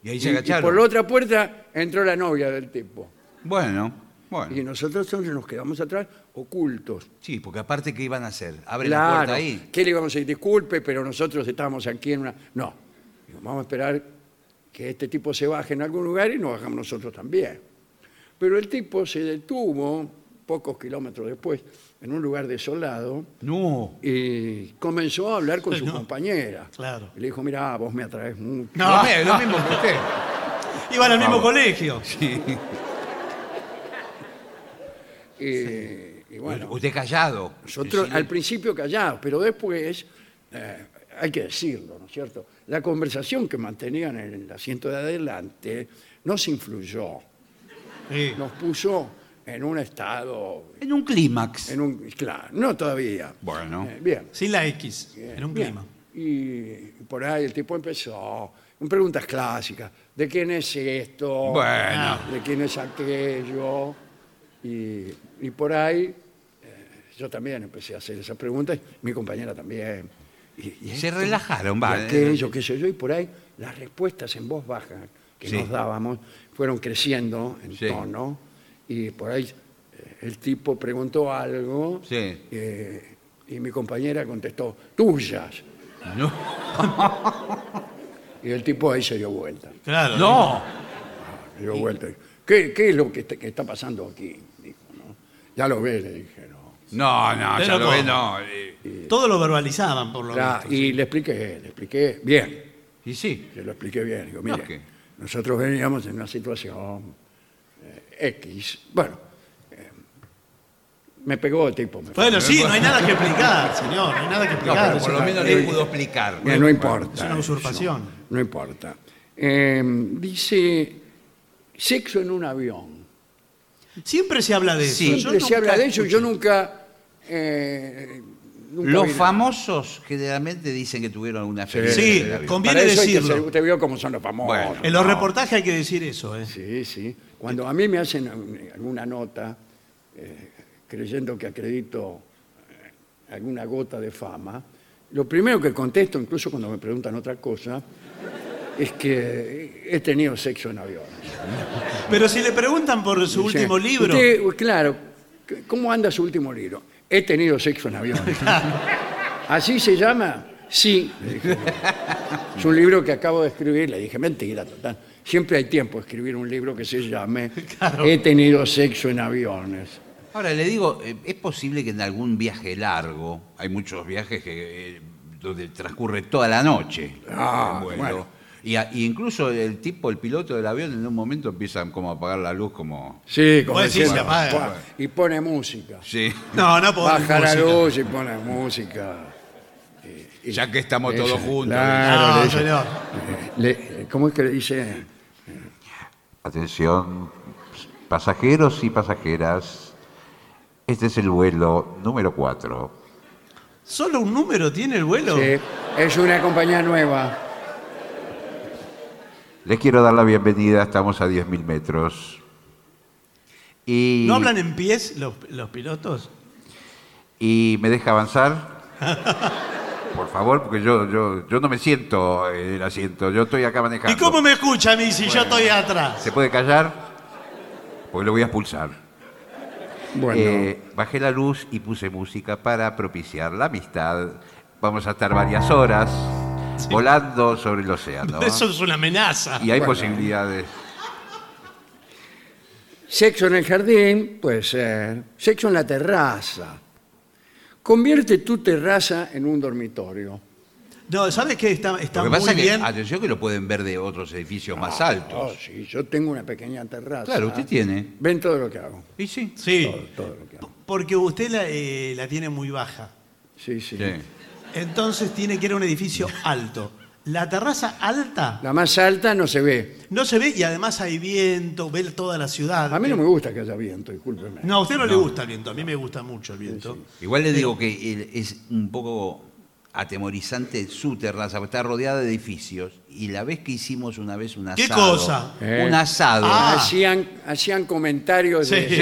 [SPEAKER 2] Y ahí
[SPEAKER 1] Y,
[SPEAKER 2] se
[SPEAKER 1] y
[SPEAKER 2] agacharon.
[SPEAKER 1] por la otra puerta entró la novia del tipo.
[SPEAKER 2] Bueno, bueno.
[SPEAKER 1] Y nosotros entonces nos quedamos atrás ocultos.
[SPEAKER 2] Sí, porque aparte, ¿qué iban a hacer? Abre la
[SPEAKER 1] claro,
[SPEAKER 2] puerta ahí.
[SPEAKER 1] ¿qué le íbamos a decir? Disculpe, pero nosotros estábamos aquí en una... No, Digo, vamos a esperar que este tipo se baje en algún lugar y nos bajamos nosotros también. Pero el tipo se detuvo pocos kilómetros después en un lugar desolado
[SPEAKER 2] No.
[SPEAKER 1] y comenzó a hablar con su
[SPEAKER 3] No.
[SPEAKER 1] compañera.
[SPEAKER 3] Claro.
[SPEAKER 1] Y le dijo, mira, vos me atraes mucho.
[SPEAKER 3] No.
[SPEAKER 2] Lo me- Lo mismo que usted.
[SPEAKER 3] Iban al mismo
[SPEAKER 2] favor.
[SPEAKER 3] colegio.
[SPEAKER 1] Eh, Y bueno,
[SPEAKER 2] Usted callado.
[SPEAKER 1] Nosotros al principio callados, pero después, eh, hay que decirlo, ¿no es cierto? La conversación que mantenían en el asiento de adelante nos influyó,
[SPEAKER 3] Sí.
[SPEAKER 1] nos puso en un estado,
[SPEAKER 2] En un clímax.
[SPEAKER 1] en un... Claro, no todavía.
[SPEAKER 2] Bueno.
[SPEAKER 1] Eh, bien.
[SPEAKER 3] Sin la X. en un
[SPEAKER 1] bien.
[SPEAKER 3] clima.
[SPEAKER 1] Y por ahí el tipo empezó, con preguntas clásicas, ¿de quién es esto?
[SPEAKER 2] Bueno.
[SPEAKER 1] de quién es aquello. Y, y por ahí eh, yo también empecé a hacer esas preguntas, mi compañera también. Y, y
[SPEAKER 2] Se
[SPEAKER 1] esto,
[SPEAKER 2] relajaron,
[SPEAKER 1] y
[SPEAKER 2] va.
[SPEAKER 1] aquello, qué sé yo, y por ahí las respuestas en voz baja que
[SPEAKER 2] Sí.
[SPEAKER 1] nos dábamos fueron creciendo en
[SPEAKER 2] Sí.
[SPEAKER 1] tono, y por ahí eh, el tipo preguntó algo,
[SPEAKER 2] Sí.
[SPEAKER 1] eh, y mi compañera contestó, tuyas.
[SPEAKER 2] No.
[SPEAKER 1] Y el tipo ahí se dio vuelta.
[SPEAKER 3] Claro.
[SPEAKER 2] No.
[SPEAKER 1] Le dio vuelta. ¿Qué, qué es lo que, te- que está pasando aquí? Dijo, ¿no? Ya lo ve, le dije, no.
[SPEAKER 2] No, no, ya
[SPEAKER 3] Pero
[SPEAKER 2] lo ve,
[SPEAKER 3] ¿cómo?
[SPEAKER 2] no. Eh,
[SPEAKER 3] Todo lo verbalizaban, por lo
[SPEAKER 1] Ya,
[SPEAKER 3] menos.
[SPEAKER 1] y le expliqué, le expliqué bien,
[SPEAKER 2] Y sí.
[SPEAKER 1] se lo expliqué bien. Digo, mire,
[SPEAKER 2] Ok.
[SPEAKER 1] nosotros veníamos en una situación eh, X. Bueno, eh, me pegó el tipo. me
[SPEAKER 3] Bueno, sí,
[SPEAKER 2] Bueno.
[SPEAKER 3] no hay nada que explicar, señor. No hay nada que
[SPEAKER 2] No,
[SPEAKER 3] explicar.
[SPEAKER 2] pero por lo
[SPEAKER 3] señor.
[SPEAKER 2] menos le pudo explicar.
[SPEAKER 1] Bueno, no importa.
[SPEAKER 3] es una usurpación.
[SPEAKER 1] eso, No, importa. Eh, dice, sexo en un avión.
[SPEAKER 3] Siempre se habla de eso.
[SPEAKER 2] Sí.
[SPEAKER 3] Yo
[SPEAKER 1] Siempre se
[SPEAKER 3] nunca
[SPEAKER 1] habla de eso y yo
[SPEAKER 3] escuché.
[SPEAKER 1] nunca... eh, nunca vi
[SPEAKER 2] Los
[SPEAKER 1] nada.
[SPEAKER 2] famosos generalmente dicen que tuvieron alguna experiencia.
[SPEAKER 3] Sí,
[SPEAKER 2] en el avión.
[SPEAKER 3] con-
[SPEAKER 1] Para
[SPEAKER 3] Conviene
[SPEAKER 1] eso hay que
[SPEAKER 3] decirlo.
[SPEAKER 1] ser- usted vio cómo son los famosos.
[SPEAKER 2] Bueno.
[SPEAKER 3] En los reportajes hay que decir eso, ¿eh?
[SPEAKER 1] Sí, sí. Cuando a mí me hacen un- alguna nota eh, creyendo que acredito eh, alguna gota de fama, lo primero que contesto, incluso cuando me preguntan otra cosa, es que he tenido sexo en aviones.
[SPEAKER 3] Pero si le preguntan por su
[SPEAKER 1] Dice,
[SPEAKER 3] último libro,
[SPEAKER 1] "Usted, u- claro, c- ¿cómo anda su último libro? He tenido sexo en
[SPEAKER 3] *laughs*
[SPEAKER 1] aviones. ¿Así se llama? Sí. le dije. Es un libro que acabo de escribir. Le dije, mentira, total. Siempre hay tiempo de escribir un libro que se llame He tenido sexo en aviones.
[SPEAKER 2] Ahora le digo, eh, es posible que en algún viaje largo, hay muchos viajes que eh, donde transcurre toda la noche.
[SPEAKER 1] Ah,
[SPEAKER 2] el
[SPEAKER 1] bueno.
[SPEAKER 2] Y, a- y incluso el tipo, el piloto del avión, en un momento empieza como a apagar la luz, como.
[SPEAKER 1] Sí, como
[SPEAKER 3] Pues sí,
[SPEAKER 1] diciendo,
[SPEAKER 3] se apaga.
[SPEAKER 1] "Buah", Y pone música.
[SPEAKER 2] Sí,
[SPEAKER 3] no, no podemos.
[SPEAKER 1] Baja la luz y pone música.
[SPEAKER 2] ya que estamos
[SPEAKER 1] Eso,
[SPEAKER 2] todos juntos.
[SPEAKER 1] claro, le
[SPEAKER 3] Ah, No,
[SPEAKER 1] dice, eh,
[SPEAKER 3] señor.
[SPEAKER 1] le- ¿Cómo es que le dice?
[SPEAKER 4] Atención, pasajeros y pasajeras. Este es el vuelo número 4.
[SPEAKER 3] ¿Solo un número tiene el vuelo?
[SPEAKER 1] Sí, es una compañía nueva.
[SPEAKER 4] Les quiero dar la bienvenida, estamos a 10.000 metros. Y,
[SPEAKER 3] ¿No hablan en pies los, los pilotos?
[SPEAKER 4] ¿Y me deja avanzar? Por favor, porque yo, yo, yo no me siento en el asiento, yo estoy acá manejando.
[SPEAKER 3] ¿Y cómo me escucha a mí si yo estoy atrás?
[SPEAKER 4] ¿Se puede callar? Porque lo voy a expulsar.
[SPEAKER 1] Bueno,
[SPEAKER 4] Eh, bajé la luz y puse música para propiciar la amistad. Vamos a estar varias horas volando sobre el océano.
[SPEAKER 3] *laughs* Eso es una amenaza.
[SPEAKER 4] Y hay
[SPEAKER 1] Bueno.
[SPEAKER 4] posibilidades.
[SPEAKER 1] sexo en el jardín, puede ser. Sexo en la terraza. Convierte tu terraza en un dormitorio.
[SPEAKER 3] No, ¿sabes qué? Está, está
[SPEAKER 2] Lo que
[SPEAKER 3] muy
[SPEAKER 2] pasa es que,
[SPEAKER 3] bien.
[SPEAKER 2] atención, que lo pueden ver de otros edificios más
[SPEAKER 4] Ah,
[SPEAKER 2] altos.
[SPEAKER 1] Oh, sí, yo tengo una pequeña terraza.
[SPEAKER 2] Claro, usted tiene.
[SPEAKER 1] Ven todo lo que hago.
[SPEAKER 4] oh.
[SPEAKER 2] Y sí.
[SPEAKER 3] Sí,
[SPEAKER 1] Todo, todo lo que hago.
[SPEAKER 3] porque usted la, eh, la tiene muy baja.
[SPEAKER 1] Sí, sí.
[SPEAKER 2] Sí.
[SPEAKER 3] Entonces tiene que ir a un edificio alto. La terraza alta
[SPEAKER 1] La más alta no se ve.
[SPEAKER 3] no se ve y además hay viento, ve toda la ciudad.
[SPEAKER 1] A mí no me gusta que haya viento, discúlpeme.
[SPEAKER 3] No, a usted no, le gusta el viento, a mí me gusta mucho el viento.
[SPEAKER 2] Igual le digo que el- es un poco atemorizante su terraza, porque está rodeada de edificios. Y la vez que hicimos una vez un
[SPEAKER 3] ¿Qué
[SPEAKER 2] asado.
[SPEAKER 3] cosa?
[SPEAKER 1] Eh.
[SPEAKER 2] Un asado.
[SPEAKER 3] Ah.
[SPEAKER 1] Hacían, hacían comentarios de...
[SPEAKER 3] Sí.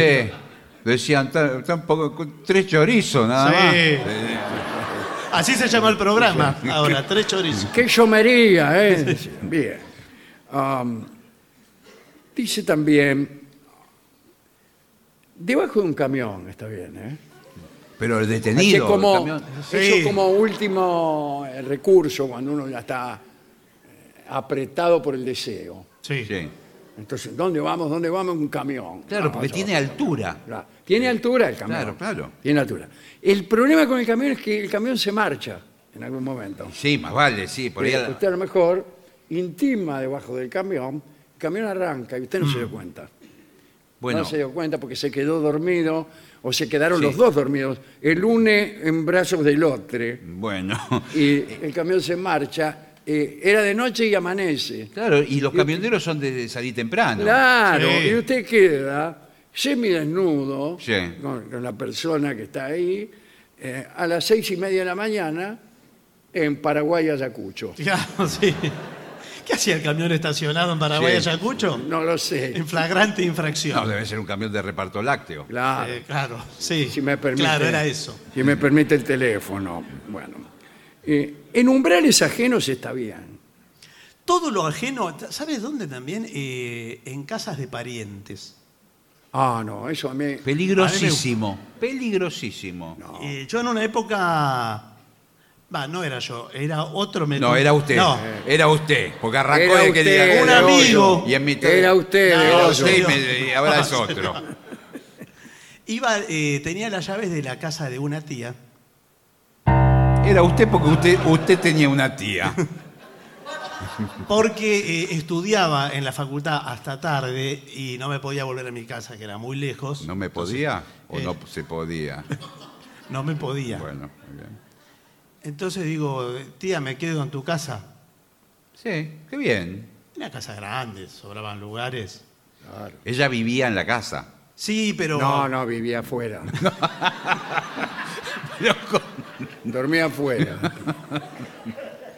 [SPEAKER 4] Sí. Decían, "Tan- tan poco- con tres chorizos nada
[SPEAKER 3] Ah, Sí.
[SPEAKER 4] más.
[SPEAKER 3] Así se llama el programa. Ahora, tres chorizos.
[SPEAKER 1] ¡Qué llomería, eh! Decía. Bien. Am, dice también... Debajo de un camión, está bien, ¿eh?
[SPEAKER 2] Pero el
[SPEAKER 1] Así
[SPEAKER 2] detenido.
[SPEAKER 1] como,
[SPEAKER 2] el camión.
[SPEAKER 1] eso
[SPEAKER 3] Sí.
[SPEAKER 1] como último eh, recurso cuando uno ya está eh, apretado por el deseo.
[SPEAKER 3] Sí.
[SPEAKER 4] Sí.
[SPEAKER 1] Entonces, ¿dónde vamos? ¿Dónde vamos? Un camión.
[SPEAKER 2] Claro, porque
[SPEAKER 1] Vamos,
[SPEAKER 2] tiene altura.
[SPEAKER 1] claro. Tiene altura el camión.
[SPEAKER 2] Claro, claro.
[SPEAKER 1] Tiene altura. El problema con el camión es que el camión se marcha en algún momento.
[SPEAKER 2] Sí, más vale, sí. Por ahí a la-
[SPEAKER 1] Eh, Usted a lo mejor intima debajo del camión, el camión arranca y usted no se dio cuenta.
[SPEAKER 2] Bueno,
[SPEAKER 1] No se dio cuenta porque se quedó dormido o se quedaron
[SPEAKER 2] Sí.
[SPEAKER 1] los dos dormidos. El uno en brazos del otro.
[SPEAKER 2] bueno.
[SPEAKER 1] y el camión se marcha. eh, era de noche y amanece.
[SPEAKER 2] Claro, y los camioneros son de salir temprano.
[SPEAKER 1] Claro,
[SPEAKER 3] Sí.
[SPEAKER 1] y usted queda semidesnudo
[SPEAKER 4] Sí.
[SPEAKER 1] con, con la persona que está ahí eh, a las seis y media de la mañana en Paraguay, Ayacucho.
[SPEAKER 3] Claro, sí. ¿Qué hacía el camión estacionado en Paraguay,
[SPEAKER 4] Sí.
[SPEAKER 3] Ayacucho?
[SPEAKER 1] No lo sé.
[SPEAKER 3] En flagrante
[SPEAKER 4] No,
[SPEAKER 3] infracción.
[SPEAKER 4] debe ser un camión de reparto lácteo.
[SPEAKER 1] Claro.
[SPEAKER 3] Eh, claro, sí.
[SPEAKER 1] si me permite.
[SPEAKER 3] Claro, era eso.
[SPEAKER 1] Si me permite el teléfono. Bueno. Eh, en umbrales ajenos está bien.
[SPEAKER 3] Todo lo ajeno, ¿sabes dónde también? Eh, en casas de parientes.
[SPEAKER 1] Ah, no, eso a mí.
[SPEAKER 2] Peligrosísimo. Peligrosísimo.
[SPEAKER 3] Eh, yo en una época... Va, no era yo, era otro... me-
[SPEAKER 4] No, era usted.
[SPEAKER 3] No,
[SPEAKER 4] Era usted. Porque arrancó
[SPEAKER 1] Era
[SPEAKER 4] de que
[SPEAKER 1] usted,
[SPEAKER 4] diga-
[SPEAKER 3] un
[SPEAKER 1] de
[SPEAKER 3] amigo.
[SPEAKER 1] hoyo.
[SPEAKER 4] Y en mitad.
[SPEAKER 1] Era usted, de
[SPEAKER 3] No,
[SPEAKER 4] Eh, Era
[SPEAKER 1] hoyo.
[SPEAKER 4] usted y me- y ahora
[SPEAKER 3] *laughs*
[SPEAKER 4] es otro.
[SPEAKER 3] Iba, eh, tenía las llaves de la casa de una tía.
[SPEAKER 4] Era usted porque usted, usted tenía una tía.
[SPEAKER 3] Porque eh, estudiaba en la facultad hasta tarde y no me podía volver a mi casa, que era muy lejos.
[SPEAKER 4] ¿No me podía? ¿O
[SPEAKER 3] eh.
[SPEAKER 4] no se podía?
[SPEAKER 3] No me podía.
[SPEAKER 4] Bueno, muy bien.
[SPEAKER 3] Entonces digo, tía, me quedo en tu casa.
[SPEAKER 4] Sí, qué bien.
[SPEAKER 3] Una casa grande, sobraban lugares.
[SPEAKER 1] Claro.
[SPEAKER 4] Ella vivía en la casa. *laughs*
[SPEAKER 3] Sí, pero.
[SPEAKER 1] No, no, vivía
[SPEAKER 3] *laughs*
[SPEAKER 1] afuera. Dormía afuera.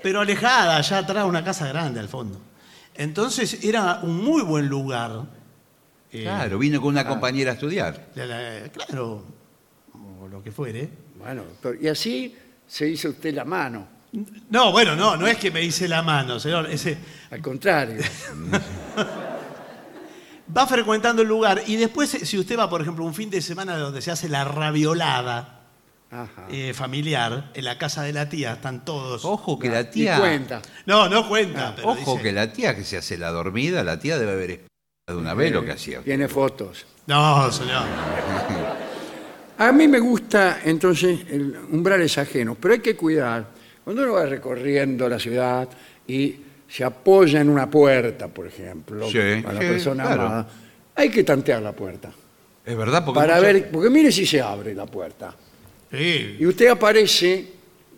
[SPEAKER 3] Pero alejada, allá atrás, una casa grande al fondo. Entonces era un muy buen lugar. Eh,
[SPEAKER 4] Claro, vino con una compañera a estudiar.
[SPEAKER 3] la- la- claro, o lo que fuere.
[SPEAKER 1] Bueno, doctor, y así se hizo usted la mano.
[SPEAKER 3] No, bueno, no, no es que me hice la mano, señor. Ese,
[SPEAKER 1] Al
[SPEAKER 3] *laughs*
[SPEAKER 1] contrario.
[SPEAKER 3] va frecuentando el lugar y después, eh, si usted va, por ejemplo, un fin de semana donde se hace la raviolada
[SPEAKER 1] Ajá.
[SPEAKER 3] eh, familiar, en la casa de la tía, están todos.
[SPEAKER 4] Ojo que la
[SPEAKER 1] Y
[SPEAKER 4] tía.
[SPEAKER 1] cuenta.
[SPEAKER 3] No, no
[SPEAKER 2] Ah,
[SPEAKER 3] cuenta. pero
[SPEAKER 4] Ojo
[SPEAKER 3] dice-
[SPEAKER 4] que la tía que se hace la dormida, la tía debe haber escuchado de una vez lo que hacía.
[SPEAKER 1] Tiene fotos.
[SPEAKER 3] No, señor.
[SPEAKER 1] A mí me gusta entonces el umbrales ajenos, pero hay que cuidar. Cuando uno va recorriendo la ciudad y se apoya en una puerta, por ejemplo,
[SPEAKER 4] Sí,
[SPEAKER 1] para la
[SPEAKER 4] sí,
[SPEAKER 1] persona
[SPEAKER 4] claro.
[SPEAKER 1] amada, hay que tantear la puerta.
[SPEAKER 4] Es verdad, porque.
[SPEAKER 1] Para
[SPEAKER 4] muchas-
[SPEAKER 1] ver, porque mire si se abre la puerta.
[SPEAKER 3] Sí.
[SPEAKER 1] Y usted aparece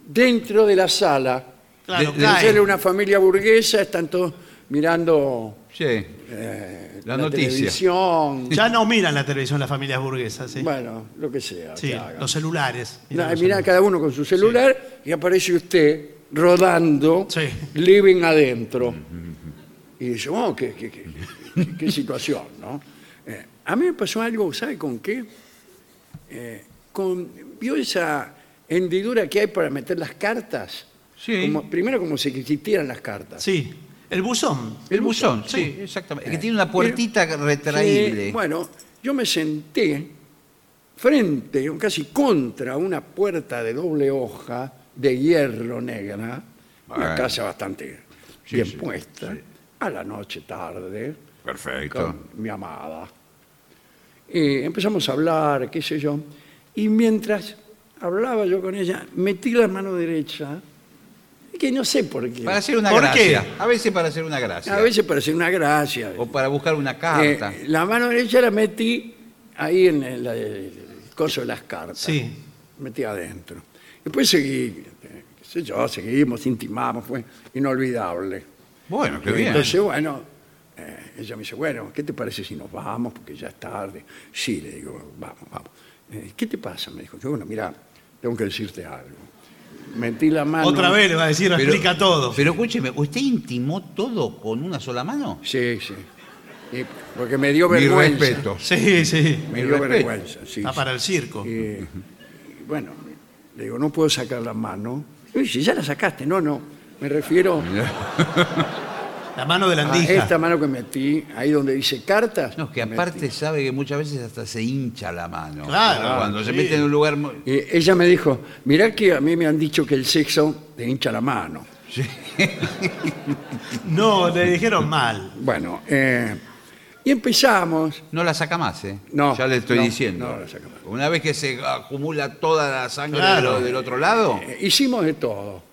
[SPEAKER 1] dentro de la sala.
[SPEAKER 3] Claro,
[SPEAKER 4] de-
[SPEAKER 1] De
[SPEAKER 3] cae.
[SPEAKER 1] ser una familia burguesa, están todos mirando
[SPEAKER 4] Sí.
[SPEAKER 1] eh,
[SPEAKER 4] La noticia.
[SPEAKER 1] televisión,
[SPEAKER 3] Ya no miran la televisión las familias burguesas, ¿sí?
[SPEAKER 1] bueno, lo que sea.
[SPEAKER 3] Sí,
[SPEAKER 1] que hagan.
[SPEAKER 3] los celulares.
[SPEAKER 1] Mirá,
[SPEAKER 3] Miran los
[SPEAKER 1] mirá cada uno con su celular y aparece usted rodando,
[SPEAKER 3] Sí.
[SPEAKER 1] living adentro. Y dice, oh, qué, qué- qué- qué- qué situación, ¿no? Eh, a mí me pasó algo, ¿sabe con qué? Eh, con, ¿Vio esa hendidura que hay para meter las cartas?
[SPEAKER 4] Sí.
[SPEAKER 1] Como- primero como si existieran las
[SPEAKER 3] celulares.
[SPEAKER 1] cartas.
[SPEAKER 3] Sí, el buzón.
[SPEAKER 4] El buzón, sí, exactamente. Que tiene una puertita retraíble.
[SPEAKER 1] Eh. Sí, bueno, yo me senté frente, o casi contra una puerta de doble hoja de hierro negra, una
[SPEAKER 4] Bueno.
[SPEAKER 1] casa bastante
[SPEAKER 4] Sí,
[SPEAKER 1] bien
[SPEAKER 4] sí,
[SPEAKER 1] puesta, a la noche tarde,
[SPEAKER 4] Perfecto.
[SPEAKER 1] con mi amada. Y empezamos a hablar, qué sé yo, y mientras hablaba yo con ella, metí la mano derecha, que no sé por qué.
[SPEAKER 4] Para hacer una
[SPEAKER 3] ¿Por
[SPEAKER 4] gracia. A veces para hacer una gracia.
[SPEAKER 1] a veces parece una gracia.
[SPEAKER 4] O para buscar una
[SPEAKER 1] Eh,
[SPEAKER 4] carta.
[SPEAKER 1] la mano derecha la metí ahí en el, el- el coso de las cartas.
[SPEAKER 3] Sí.
[SPEAKER 1] Metí adentro. Después seguí eh, sé yo, seguimos, intimamos, fue inolvidable.
[SPEAKER 4] Bueno, qué
[SPEAKER 1] Y
[SPEAKER 4] bien.
[SPEAKER 1] Entonces, bueno, eh, ella me dice, bueno, ¿qué te parece si nos vamos? Porque ya es tarde. Sí, le digo, vamos, vamos. Eh, ¿Qué te pasa? Me dijo, yo, bueno, mira, tengo que decirte algo. Metí la mano.
[SPEAKER 3] Otra vez le va a decir, explica todo.
[SPEAKER 2] Pero escúcheme, ¿usted intimó todo con una sola mano?
[SPEAKER 1] Sí, sí. Y- porque me dio
[SPEAKER 4] Mi
[SPEAKER 1] vergüenza.
[SPEAKER 4] respeto.
[SPEAKER 3] Sí, sí.
[SPEAKER 1] Me
[SPEAKER 4] Mi
[SPEAKER 1] dio
[SPEAKER 4] respeto.
[SPEAKER 1] vergüenza, sí.
[SPEAKER 3] Está
[SPEAKER 1] sí.
[SPEAKER 3] Ah, para el circo.
[SPEAKER 1] Eh, y bueno, le digo, no puedo sacar la mano. Y si ya la sacaste, no, no. Me
[SPEAKER 3] *laughs*
[SPEAKER 1] refiero
[SPEAKER 3] La mano de la
[SPEAKER 1] a
[SPEAKER 3] andija.
[SPEAKER 1] Ah, esta mano que metí, ahí donde dice cartas.
[SPEAKER 2] No, es que
[SPEAKER 1] metí.
[SPEAKER 2] aparte sabe que muchas veces hasta se hincha la mano.
[SPEAKER 3] Claro,
[SPEAKER 1] Ah,
[SPEAKER 2] Cuando se
[SPEAKER 3] sí.
[SPEAKER 2] mete en un lugar... muy-
[SPEAKER 1] Eh, ella me dijo, mirá que a mí me han dicho que el sexo te hincha la mano.
[SPEAKER 3] No, le dijeron mal.
[SPEAKER 1] Bueno, eh, y empezamos.
[SPEAKER 2] No la saca más, ¿eh?
[SPEAKER 1] No,
[SPEAKER 2] Ya le estoy
[SPEAKER 1] no,
[SPEAKER 2] diciendo.
[SPEAKER 1] no la saca más.
[SPEAKER 2] Una vez que se acumula toda la sangre
[SPEAKER 3] Claro.
[SPEAKER 2] de lo- del otro lado,
[SPEAKER 1] Eh, hicimos de todo.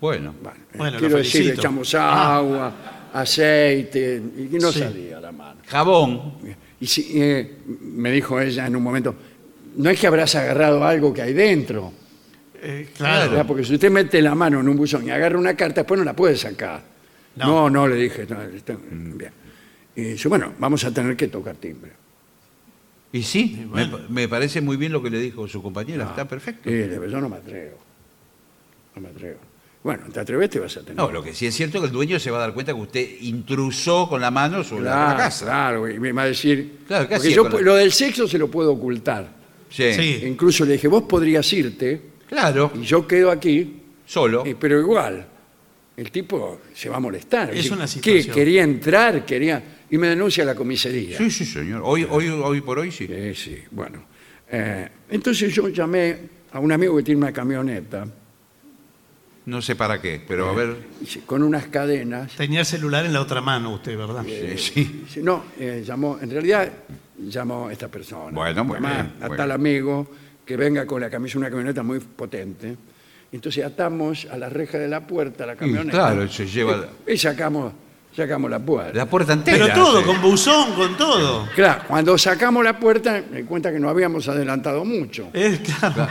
[SPEAKER 2] bueno.
[SPEAKER 1] Bueno, eh,
[SPEAKER 3] Bueno, lo
[SPEAKER 1] quiero decir, le
[SPEAKER 3] felicito.
[SPEAKER 1] echamos
[SPEAKER 3] Ah.
[SPEAKER 1] agua, aceite, y no
[SPEAKER 3] Sí.
[SPEAKER 1] salía la mano.
[SPEAKER 2] Jabón.
[SPEAKER 1] Y si- eh, me dijo ella en un momento, no es que habrás agarrado algo que hay dentro.
[SPEAKER 3] Eh,
[SPEAKER 1] O sea,
[SPEAKER 3] claro.
[SPEAKER 1] Porque si usted mete la mano en un buzón y agarra una carta, después no la puede sacar. No, no,
[SPEAKER 3] No.
[SPEAKER 1] le dije. no, está- bien. Y dice, bueno, vamos a tener que tocar timbre.
[SPEAKER 2] Y sí, me- me, parece muy bien lo que le dijo su compañera, está perfecto.
[SPEAKER 1] Y le digo, yo no me atrevo. No me atrevo. Bueno, te atreves, te vas a tener.
[SPEAKER 2] No, lo que sí es cierto es que el dueño se va a dar cuenta que usted intrusó con la mano sobre la-
[SPEAKER 1] claro,
[SPEAKER 2] la casa.
[SPEAKER 1] claro, y me va a decir.
[SPEAKER 2] Claro, ¿qué
[SPEAKER 1] porque
[SPEAKER 2] hacía
[SPEAKER 1] yo
[SPEAKER 2] con
[SPEAKER 1] pu-
[SPEAKER 2] la-
[SPEAKER 1] lo del sexo se lo puedo ocultar.
[SPEAKER 2] Sí.
[SPEAKER 3] Sí.
[SPEAKER 1] Incluso le dije, vos podrías irte
[SPEAKER 2] Claro,
[SPEAKER 1] y yo quedo aquí
[SPEAKER 2] solo.
[SPEAKER 1] Eh, pero igual, el tipo se va a molestar.
[SPEAKER 3] Es
[SPEAKER 1] Dice,
[SPEAKER 3] una
[SPEAKER 1] ¿Qué?
[SPEAKER 3] situación.
[SPEAKER 1] Quería entrar, quería. Y me denuncia la comisaría.
[SPEAKER 2] Sí, sí, señor. Hoy, hoy, hoy por hoy sí.
[SPEAKER 1] Sí, sí, bueno. Eh, entonces yo llamé a un amigo que tiene una camioneta
[SPEAKER 2] No sé para qué, pero a ver.
[SPEAKER 1] dice, con unas cadenas.
[SPEAKER 3] Tenía el celular en la otra mano usted, ¿verdad?
[SPEAKER 2] Sí, sí.
[SPEAKER 1] Dice, No, eh, llamó, en realidad llamó a esta persona.
[SPEAKER 4] Bueno, muy
[SPEAKER 1] Llamá
[SPEAKER 4] bien,
[SPEAKER 1] A
[SPEAKER 4] muy
[SPEAKER 1] tal
[SPEAKER 4] bien.
[SPEAKER 1] amigo que venga con la camisa, una camioneta muy potente. Entonces atamos a la reja de la puerta la camioneta.
[SPEAKER 2] claro, se lleva-
[SPEAKER 1] Y, y sacamos, sacamos la puerta.
[SPEAKER 2] La puerta entera.
[SPEAKER 3] Pero todo,
[SPEAKER 2] sí.
[SPEAKER 3] con buzón, con todo.
[SPEAKER 1] Claro, cuando sacamos la puerta, me di cuenta que no habíamos adelantado mucho.
[SPEAKER 3] Es claro.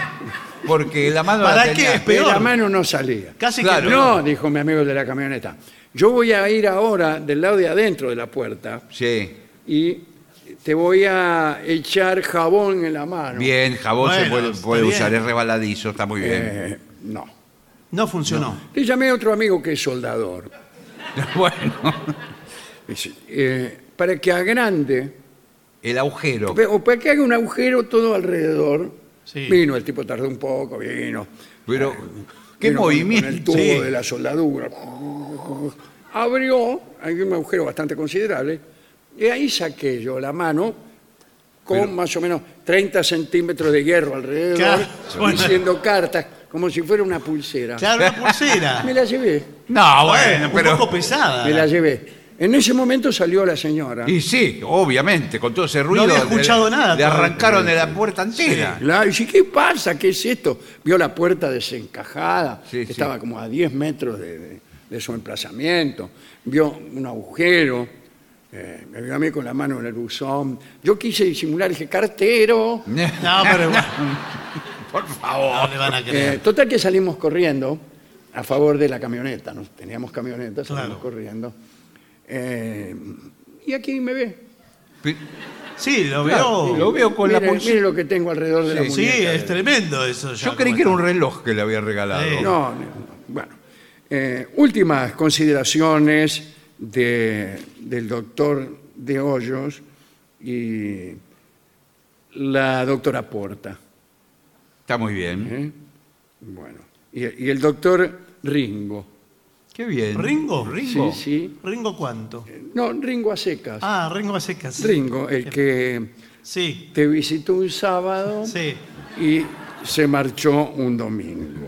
[SPEAKER 2] Porque la mano
[SPEAKER 3] ¿Para
[SPEAKER 2] la tenía-
[SPEAKER 3] qué? Peor.
[SPEAKER 1] De la mano no salía.
[SPEAKER 3] Casi
[SPEAKER 2] Claro.
[SPEAKER 3] que
[SPEAKER 1] No, dijo mi amigo el de la camioneta. Yo voy a ir ahora del lado de adentro de la puerta
[SPEAKER 2] Sí.
[SPEAKER 1] y te voy a echar jabón en la mano.
[SPEAKER 2] Bien, jabón se
[SPEAKER 3] Bueno,
[SPEAKER 2] puede,
[SPEAKER 3] está
[SPEAKER 2] puede
[SPEAKER 3] bien.
[SPEAKER 2] usar, es rebaladizo, está muy bien.
[SPEAKER 1] Eh, no.
[SPEAKER 3] no funcionó.
[SPEAKER 1] Le llamé a otro amigo que es soldador.
[SPEAKER 2] *laughs* Bueno,
[SPEAKER 1] Dice, eh, para que agrande,
[SPEAKER 2] el agujero.
[SPEAKER 1] o para que haga un agujero todo alrededor.
[SPEAKER 3] Sí.
[SPEAKER 1] Vino, el tipo tardó un poco, vino.
[SPEAKER 2] Pero, ¿qué
[SPEAKER 1] Vino con- Con el
[SPEAKER 2] movimiento?
[SPEAKER 1] tubo
[SPEAKER 3] Sí.
[SPEAKER 1] de la soldadura. Abrió, hay un agujero bastante considerable, y ahí saqué yo la mano con más o menos 30 centímetros de hierro alrededor,
[SPEAKER 3] Claro, bueno.
[SPEAKER 1] diciendo cartas, como si fuera una pulsera.
[SPEAKER 3] Claro, una
[SPEAKER 2] *laughs*
[SPEAKER 3] pulsera.
[SPEAKER 1] Me la llevé,
[SPEAKER 2] No,
[SPEAKER 3] Bueno,
[SPEAKER 2] bueno,
[SPEAKER 3] un
[SPEAKER 2] pero.
[SPEAKER 3] poco pesada.
[SPEAKER 1] me la llevé. En ese momento salió la señora.
[SPEAKER 2] Y sí, obviamente, con todo ese ruido.
[SPEAKER 3] había
[SPEAKER 2] le-
[SPEAKER 3] escuchado nada
[SPEAKER 2] Le
[SPEAKER 3] todavía.
[SPEAKER 2] arrancaron de la puerta entera.
[SPEAKER 1] La- y dice, ¿qué pasa? ¿Qué es esto? Vio la puerta desencajada,
[SPEAKER 2] Sí, sí.
[SPEAKER 1] estaba como a 10 metros de, de- de su emplazamiento, vio un agujero, eh, me vio a mí con la mano en el buzón. Yo quise disimular, dije, cartero.
[SPEAKER 3] No, pero bueno,
[SPEAKER 2] *laughs* Por favor.
[SPEAKER 3] no le van a
[SPEAKER 1] Eh,
[SPEAKER 3] creer.
[SPEAKER 1] total que salimos corriendo a favor de la camioneta, nos teníamos camioneta, salimos
[SPEAKER 3] Claro.
[SPEAKER 1] corriendo. Eh, y aquí me ve.
[SPEAKER 2] Pe-
[SPEAKER 3] Sí, lo
[SPEAKER 2] claro,
[SPEAKER 3] veo.
[SPEAKER 2] Lo veo con la
[SPEAKER 1] Mire-
[SPEAKER 2] pulsera.
[SPEAKER 1] mire lo que tengo alrededor de la
[SPEAKER 3] Sí,
[SPEAKER 1] muñeca.
[SPEAKER 3] es tremendo eso. ya,
[SPEAKER 2] Yo creí
[SPEAKER 3] como
[SPEAKER 2] que era
[SPEAKER 3] está.
[SPEAKER 2] un reloj que le había regalado.
[SPEAKER 3] Sí.
[SPEAKER 1] No, no, bueno. Eh, últimas consideraciones de- del doctor de Hoyos y la doctora Porta.
[SPEAKER 2] Está muy bien.
[SPEAKER 1] ¿eh? Bueno, y, y el doctor Ringo.
[SPEAKER 2] Qué bien.
[SPEAKER 3] ¿Ringo?
[SPEAKER 2] Ringo.
[SPEAKER 1] Sí,
[SPEAKER 3] ¿Ringo cuánto?
[SPEAKER 2] Eh,
[SPEAKER 1] sí. No, Ringo a secas.
[SPEAKER 3] Ah, Ringo hace casi.
[SPEAKER 1] Ringo, el que
[SPEAKER 3] Sí,
[SPEAKER 1] te visitó un sábado
[SPEAKER 3] sí.
[SPEAKER 1] y se marchó un domingo.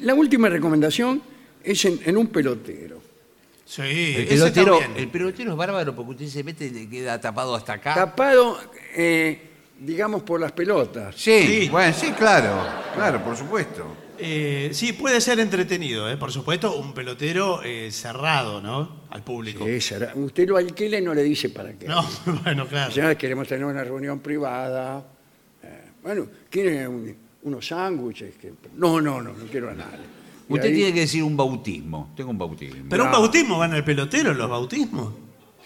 [SPEAKER 1] La última recomendación es en- en un pelotero.
[SPEAKER 3] Sí,
[SPEAKER 2] El
[SPEAKER 3] ese está
[SPEAKER 2] pelotero,
[SPEAKER 3] bien.
[SPEAKER 2] el pelotero es bárbaro porque usted se mete y le queda tapado hasta acá.
[SPEAKER 1] tapado, eh, digamos, por las pelotas.
[SPEAKER 2] sí,
[SPEAKER 3] Sí.
[SPEAKER 2] bueno, sí, claro. Claro, por supuesto.
[SPEAKER 3] Eh, sí, puede ser entretenido, ¿eh? por supuesto, un pelotero eh, cerrado, ¿no? Al público.
[SPEAKER 1] Esa era- Usted lo alquila y no le dice para qué.
[SPEAKER 3] No, *laughs* bueno, claro.
[SPEAKER 1] Ya queremos tener una reunión privada. Eh, bueno, ¿quiere un, unos sándwiches. que- No, no, no, no quiero a nadie. Y
[SPEAKER 2] Usted
[SPEAKER 1] ahí-
[SPEAKER 2] tiene que decir un bautismo. Tengo un bautismo.
[SPEAKER 3] Pero un bautismo van al pelotero, los bautismos.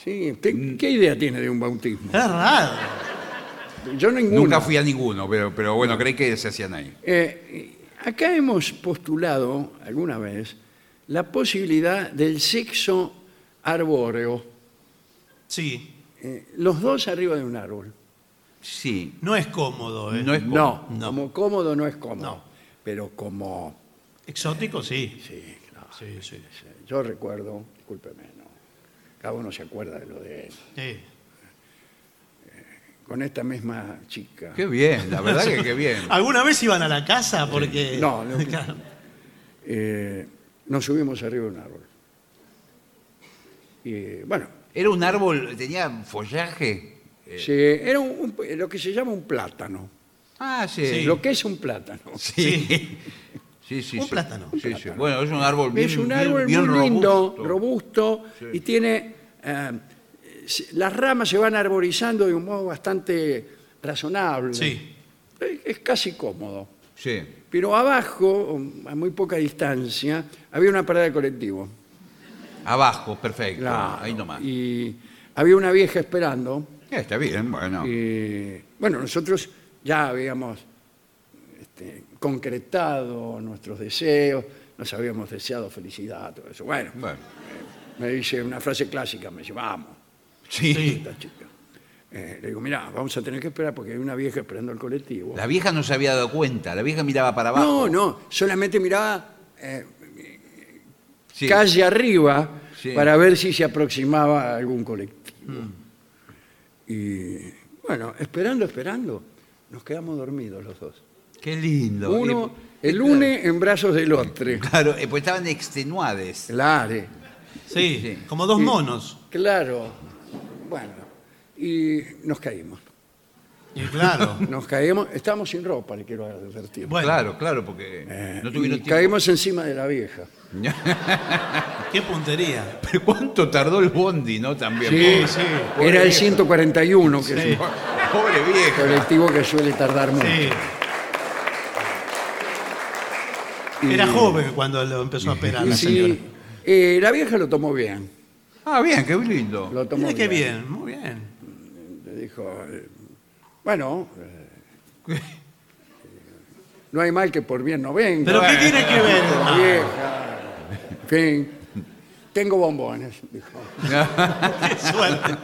[SPEAKER 1] Sí,
[SPEAKER 2] Mm.
[SPEAKER 1] ¿usted ¿qué idea tiene de un bautismo?
[SPEAKER 3] Es raro.
[SPEAKER 1] Yo ninguna.
[SPEAKER 2] ¿Ah? Nunca fui a ninguno, pero, pero bueno, creí que se hacían ahí.
[SPEAKER 1] Eh, acá hemos postulado alguna vez la posibilidad del sexo arbóreo,
[SPEAKER 3] Sí,
[SPEAKER 1] eh, los dos arriba de un árbol.
[SPEAKER 2] Sí.
[SPEAKER 3] no es cómodo, ¿eh?
[SPEAKER 2] No es-
[SPEAKER 1] No,
[SPEAKER 3] No.
[SPEAKER 1] como cómodo no es cómodo,
[SPEAKER 3] No.
[SPEAKER 1] pero como
[SPEAKER 3] Exótico, sí.
[SPEAKER 1] sí, no,
[SPEAKER 3] Sí, sí.
[SPEAKER 1] yo recuerdo, discúlpeme, no, cada uno se acuerda de lo de él,
[SPEAKER 3] sí.
[SPEAKER 1] con esta misma chica.
[SPEAKER 2] Qué bien, la verdad que qué bien.
[SPEAKER 3] *laughs* ¿Alguna vez iban a la casa? Porque.
[SPEAKER 1] No, no.
[SPEAKER 3] *laughs* Claro.
[SPEAKER 1] Eh, nos subimos arriba de un árbol. Y bueno,
[SPEAKER 2] Era un árbol, tenía follaje.
[SPEAKER 1] se- era un- un- lo que se llama un plátano.
[SPEAKER 2] Ah, sí.
[SPEAKER 3] Sí.
[SPEAKER 1] Lo que es un plátano.
[SPEAKER 2] Sí. Sí, sí,
[SPEAKER 3] Un
[SPEAKER 2] sí.
[SPEAKER 3] plátano.
[SPEAKER 2] Sí, sí. Bueno, es un árbol bien
[SPEAKER 1] es un
[SPEAKER 2] bien-
[SPEAKER 1] árbol
[SPEAKER 2] bien
[SPEAKER 1] muy lindo,
[SPEAKER 2] robusto.
[SPEAKER 1] robusto, y tiene. eh, se- las ramas se van arborizando de un modo bastante razonable.
[SPEAKER 3] Sí.
[SPEAKER 1] Es, Eh, es casi cómodo.
[SPEAKER 2] Sí.
[SPEAKER 1] Pero abajo, a muy poca distancia, había una parada de colectivo.
[SPEAKER 2] Abajo, perfecto.
[SPEAKER 1] Claro.
[SPEAKER 2] Ah, Ahí nomás.
[SPEAKER 1] Y había una vieja esperando.
[SPEAKER 2] Eh, Está bien, bueno.
[SPEAKER 1] Y, bueno, nosotros ya habíamos este, concretado nuestros deseos, nos habíamos deseado felicidad, todo eso. Bueno,
[SPEAKER 2] Bueno.
[SPEAKER 1] me dice una frase clásica, me dice, vamos,
[SPEAKER 2] Sí.
[SPEAKER 1] esta chica. Eh, le digo, mirá, vamos a tener que esperar porque hay una vieja esperando el colectivo.
[SPEAKER 2] La vieja no se había dado cuenta, la vieja miraba para
[SPEAKER 1] no,
[SPEAKER 2] abajo.
[SPEAKER 1] no, solamente miraba eh,
[SPEAKER 2] Sí.
[SPEAKER 1] calle arriba
[SPEAKER 2] Sí.
[SPEAKER 1] para ver si se aproximaba a algún colectivo. Y bueno, esperando, esperando, nos quedamos dormidos los dos.
[SPEAKER 2] Qué lindo.
[SPEAKER 1] Uno,
[SPEAKER 2] Eh,
[SPEAKER 1] el une en brazos del otro.
[SPEAKER 2] Claro, eh, pues estaban extenuades.
[SPEAKER 1] Claro,
[SPEAKER 3] Sí,
[SPEAKER 2] Sí.
[SPEAKER 3] como dos
[SPEAKER 1] Y-
[SPEAKER 3] monos.
[SPEAKER 1] claro. Bueno, y nos caímos.
[SPEAKER 3] Y claro.
[SPEAKER 1] Nos caímos, estábamos sin ropa, le quiero advertir. Eh,
[SPEAKER 3] Bueno,
[SPEAKER 2] Claro, claro, porque no tuvieron
[SPEAKER 1] Y
[SPEAKER 2] tiempo.
[SPEAKER 1] caímos encima de la vieja.
[SPEAKER 3] qué puntería.
[SPEAKER 2] Pero ¿Cuánto tardó el bondi, no? También.
[SPEAKER 1] Sí,
[SPEAKER 2] pobre-
[SPEAKER 3] sí.
[SPEAKER 2] pobre
[SPEAKER 1] Era el
[SPEAKER 2] vieja.
[SPEAKER 1] 141, que
[SPEAKER 3] Sí.
[SPEAKER 1] es un
[SPEAKER 2] Pobre vieja.
[SPEAKER 1] colectivo que suele tardar mucho.
[SPEAKER 3] Sí.
[SPEAKER 1] Y-
[SPEAKER 3] Era joven cuando lo empezó a operar
[SPEAKER 1] y
[SPEAKER 3] la
[SPEAKER 1] sí,
[SPEAKER 3] Ah, señora.
[SPEAKER 1] eh, la vieja lo tomó bien.
[SPEAKER 2] Ah, bien, qué lindo.
[SPEAKER 1] Lo tomó
[SPEAKER 3] Mira qué bien, muy bien.
[SPEAKER 1] Le dijo, eh, bueno, eh, no hay mal que por bien no venga.
[SPEAKER 3] Pero ¿qué tiene que ver? Ah,
[SPEAKER 1] La
[SPEAKER 3] hermano?
[SPEAKER 1] vieja. En fin. Tengo bombones, dijo.
[SPEAKER 3] *laughs* Qué suerte.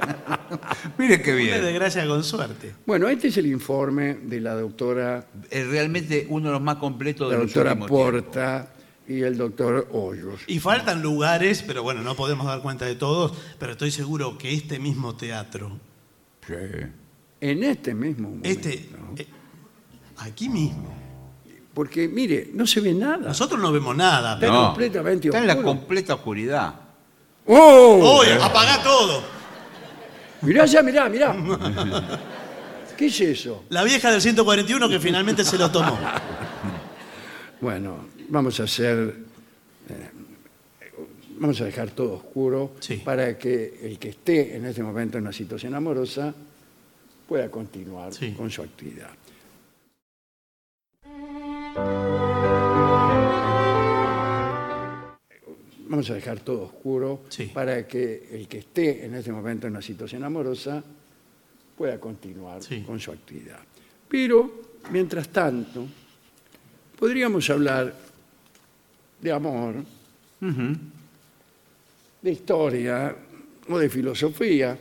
[SPEAKER 2] Mire qué
[SPEAKER 3] Una
[SPEAKER 2] bien.
[SPEAKER 3] desgracia con suerte.
[SPEAKER 1] Bueno, este es el informe de la doctora,
[SPEAKER 2] Es realmente uno de los más completos de
[SPEAKER 1] la
[SPEAKER 2] los
[SPEAKER 1] doctora
[SPEAKER 2] últimos tiempos.
[SPEAKER 1] Porta y el doctor Hoyos.
[SPEAKER 3] Y faltan lugares, pero bueno, no podemos dar cuenta de todos, pero estoy seguro que este mismo teatro,
[SPEAKER 1] En este mismo momento.
[SPEAKER 3] este, eh, aquí mismo,
[SPEAKER 1] Porque, mire, no se ve nada.
[SPEAKER 3] nosotros no vemos nada.
[SPEAKER 1] Está
[SPEAKER 3] Pero...
[SPEAKER 2] No.
[SPEAKER 1] completamente
[SPEAKER 2] Está en la
[SPEAKER 1] oscuro.
[SPEAKER 2] completa oscuridad.
[SPEAKER 1] ¡Oh!
[SPEAKER 3] ¡Oye, apagá todo!
[SPEAKER 1] Mirá ya, mirá, mirá.
[SPEAKER 3] *laughs*
[SPEAKER 1] ¿Qué es eso?
[SPEAKER 3] La vieja del 141 que finalmente se lo
[SPEAKER 1] *laughs*
[SPEAKER 3] tomó.
[SPEAKER 1] Bueno, vamos a hacer. eh, vamos a dejar todo oscuro
[SPEAKER 3] Sí.
[SPEAKER 1] para que el que esté en este momento en una situación amorosa pueda continuar
[SPEAKER 3] Sí.
[SPEAKER 1] con su actividad. Vamos a dejar todo oscuro
[SPEAKER 3] Sí.
[SPEAKER 1] para que el que esté en este momento en una situación amorosa pueda continuar
[SPEAKER 3] Sí.
[SPEAKER 1] con su actividad. Pero, mientras tanto, podríamos hablar de amor, de historia o de filosofía,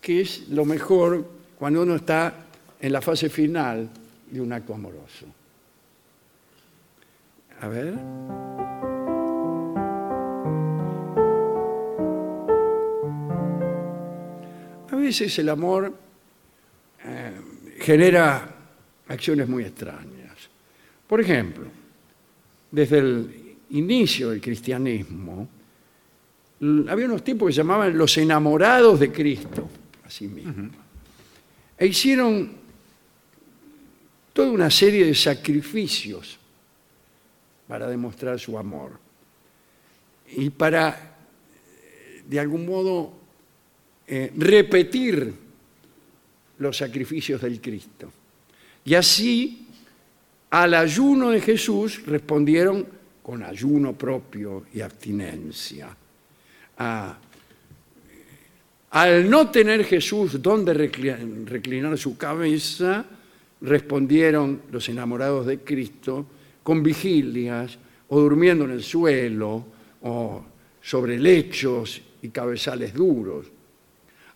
[SPEAKER 1] que es lo mejor cuando uno está en la fase final de un acto amoroso. A ver. A veces el amor eh, genera acciones muy extrañas. Por ejemplo, desde el inicio del cristianismo, l- había unos tipos que se llamaban los enamorados de Cristo, así mismo. E hicieron toda una serie de sacrificios para demostrar su amor y para, eh, de algún modo, eh, repetir los sacrificios del Cristo. Y así Al ayuno de Jesús respondieron con ayuno propio y abstinencia. A- al no tener Jesús donde recli- reclinar su cabeza, respondieron los enamorados de Cristo con vigilias o durmiendo en el suelo o sobre lechos y cabezales duros.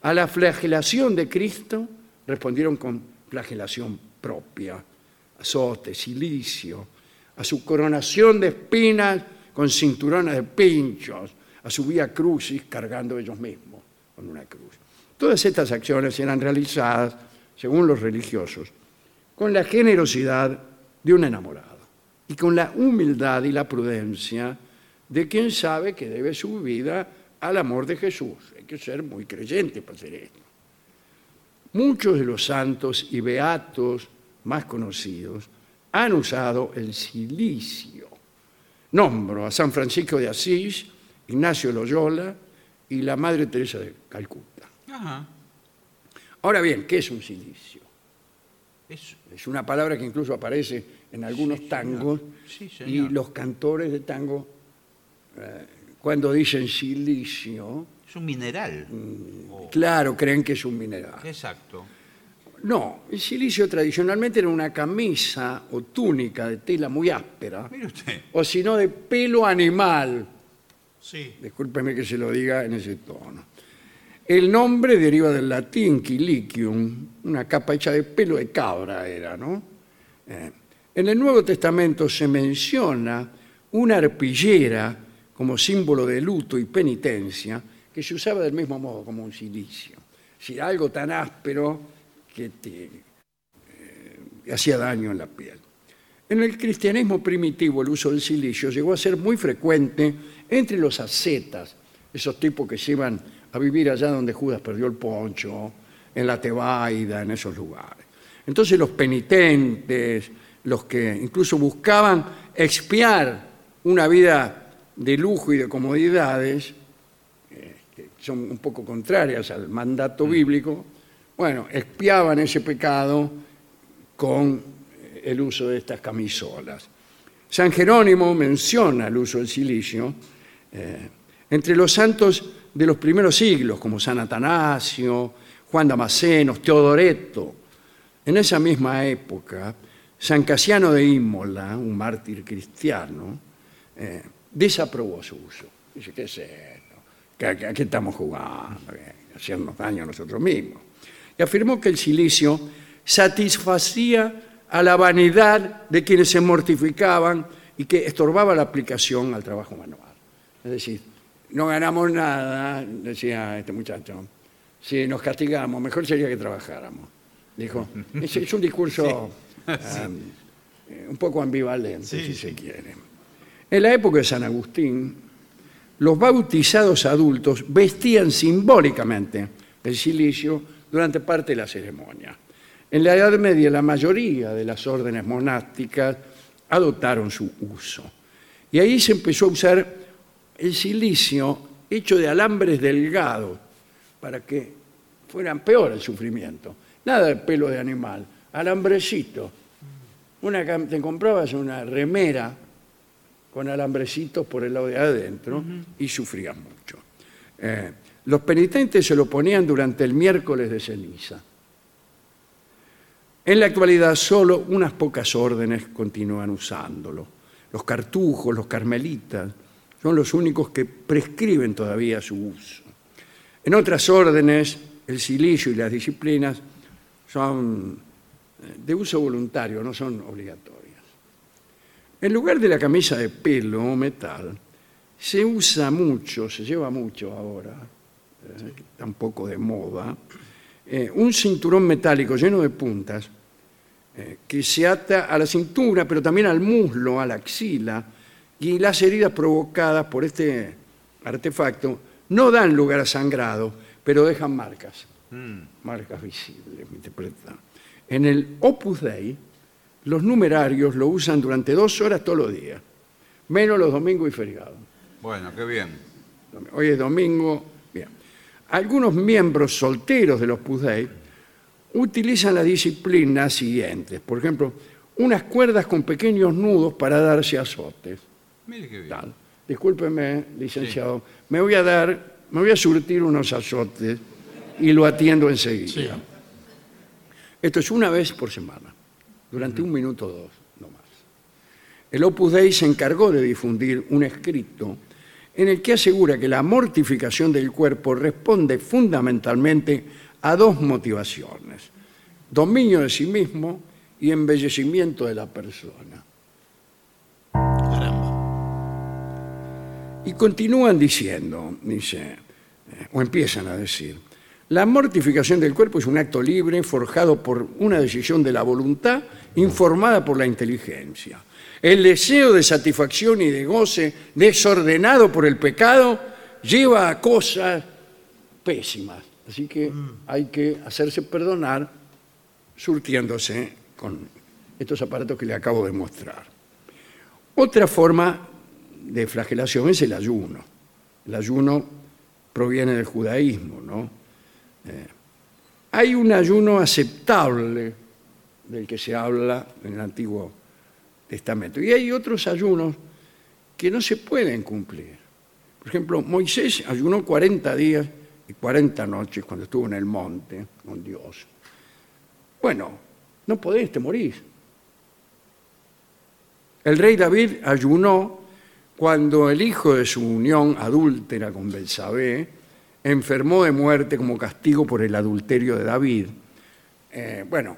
[SPEAKER 1] A la flagelación de Cristo respondieron con flagelación propia, azote, silicio, a su coronación de espinas con cinturones de pinchos, a su vía crucis cargando ellos mismos con una cruz. Todas estas acciones eran realizadas, según los religiosos, con la generosidad de un enamorado y con la humildad y la prudencia de quien sabe que debe su vida al amor de Jesús. Hay que ser muy creyente para hacer esto. Muchos de los santos y beatos más conocidos han usado el silicio. Nombro a San Francisco de Asís, Ignacio Loyola y la Madre Teresa de Calcuta.
[SPEAKER 2] Ajá.
[SPEAKER 1] Ahora bien, ¿qué es un silicio?
[SPEAKER 2] Es-
[SPEAKER 1] Es una palabra que incluso aparece en algunos tangos
[SPEAKER 2] Sí,
[SPEAKER 1] y
[SPEAKER 2] señor.
[SPEAKER 1] los cantores de tango, eh, cuando dicen silicio,
[SPEAKER 2] es un mineral.
[SPEAKER 1] Mm,
[SPEAKER 2] O-
[SPEAKER 1] claro, creen que es un mineral.
[SPEAKER 2] Exacto.
[SPEAKER 1] No, el silicio tradicionalmente era una camisa o túnica de tela muy áspera,
[SPEAKER 2] Mire usted.
[SPEAKER 1] o si no de pelo animal,
[SPEAKER 3] Sí.
[SPEAKER 1] discúlpeme que se lo diga en ese tono. El nombre deriva del latín quilicium, una capa hecha de pelo de cabra era, ¿no? Eh, en el Nuevo Testamento se menciona una arpillera como símbolo de luto y penitencia que se usaba del mismo modo como un silicio. Si algo tan áspero que te eh, hacía daño en la piel. En el cristianismo primitivo el uso del silicio llegó a ser muy frecuente entre los ascetas, esos tipos que se iban a vivir allá donde Judas perdió el poncho, en la Tebaida, en esos lugares. Entonces los penitentes, los que incluso buscaban expiar una vida de lujo y de comodidades, eh, que son un poco contrarias al mandato bíblico, bueno, expiaban ese pecado con eh, el uso de estas camisolas. San Jerónimo menciona el uso del silicio eh, entre los santos de los primeros siglos, como San Atanasio, Juan Damasceno, Teodoreto. En esa misma época, San Casiano de Imola, un mártir cristiano, eh, desaprobó su uso. Dice, ¿qué es esto? ¿Qué- ¿A qué, a qué estamos jugando? Eh, Hacernos daño a nosotros mismos. Y afirmó que el silicio satisfacía a la vanidad de quienes se mortificaban y que estorbaba la aplicación al trabajo manual. Es decir, no ganamos nada, decía este muchacho, si nos castigamos, mejor sería que trabajáramos.
[SPEAKER 3] *laughs*
[SPEAKER 1] Dijo, es, es un discurso am, eh, un poco ambivalente,
[SPEAKER 3] Sí,
[SPEAKER 1] si
[SPEAKER 3] sí.
[SPEAKER 1] se quiere. En la época de San Agustín, los bautizados adultos vestían simbólicamente el silicio durante parte de la ceremonia. En la Edad Media, la mayoría de las órdenes monásticas adoptaron su uso. Y ahí se empezó a usar el silicio hecho de alambres delgados para que fueran peor el sufrimiento. Nada de pelo de animal, alambrecito. Una, cam- te comprabas una remera con alambrecitos por el lado de adentro y sufrían mucho. Eh, los penitentes se lo ponían durante el miércoles de ceniza. En la actualidad solo unas pocas órdenes continúan usándolo. Los cartujos, los carmelitas, son los únicos que prescriben todavía su uso. En otras órdenes, el silicio y las disciplinas son eh, de uso voluntario, no son obligatorias. En lugar de la camisa de pelo o metal, se usa mucho, se lleva mucho ahora, eh, tampoco de moda, eh, un cinturón metálico lleno de puntas eh, que se ata a la cintura, pero también al muslo, a la axila, y las heridas provocadas por este artefacto no dan lugar a sangrado, pero dejan marcas, marcas visibles, me interpreta. En el Opus Dei, los numerarios lo usan durante dos horas todos los días, menos los domingos y feriados.
[SPEAKER 2] Bueno, qué bien.
[SPEAKER 1] Hoy es domingo. Bien. Algunos miembros solteros de los Pudei utilizan las disciplinas siguientes. Por ejemplo, unas cuerdas con pequeños nudos para darse azotes.
[SPEAKER 2] Mire qué bien.
[SPEAKER 1] Tal. Discúlpeme, licenciado, me voy a dar, me voy a surtir unos azotes y lo atiendo enseguida.
[SPEAKER 3] Sí.
[SPEAKER 1] Esto es una vez por semana, durante un minuto o dos, no más. El Opus Dei se encargó de difundir un escrito en el que asegura que la mortificación del cuerpo responde fundamentalmente a dos motivaciones, dominio de sí mismo y embellecimiento de la persona.
[SPEAKER 3] Caramba.
[SPEAKER 1] Y continúan diciendo, dice, eh, o empiezan a decir, la mortificación del cuerpo es un acto libre forjado por una decisión de la voluntad informada por la inteligencia. El deseo de satisfacción y de goce desordenado por el pecado lleva a cosas pésimas. Así que hay que hacerse perdonar surtiéndose con estos aparatos que le acabo de mostrar. Otra forma de flagelación es el ayuno. El ayuno proviene del judaísmo, ¿no? Eh, hay un ayuno aceptable del que se habla en el Antiguo Testamento. Y hay otros ayunos que no se pueden cumplir. Por ejemplo, Moisés ayunó 40 días y 40 noches cuando estuvo en el monte con Dios. Bueno, no podés, te morís. El rey David ayunó cuando el hijo de su unión adúltera con Belsabé enfermó de muerte como castigo por el adulterio de David. Eh, bueno,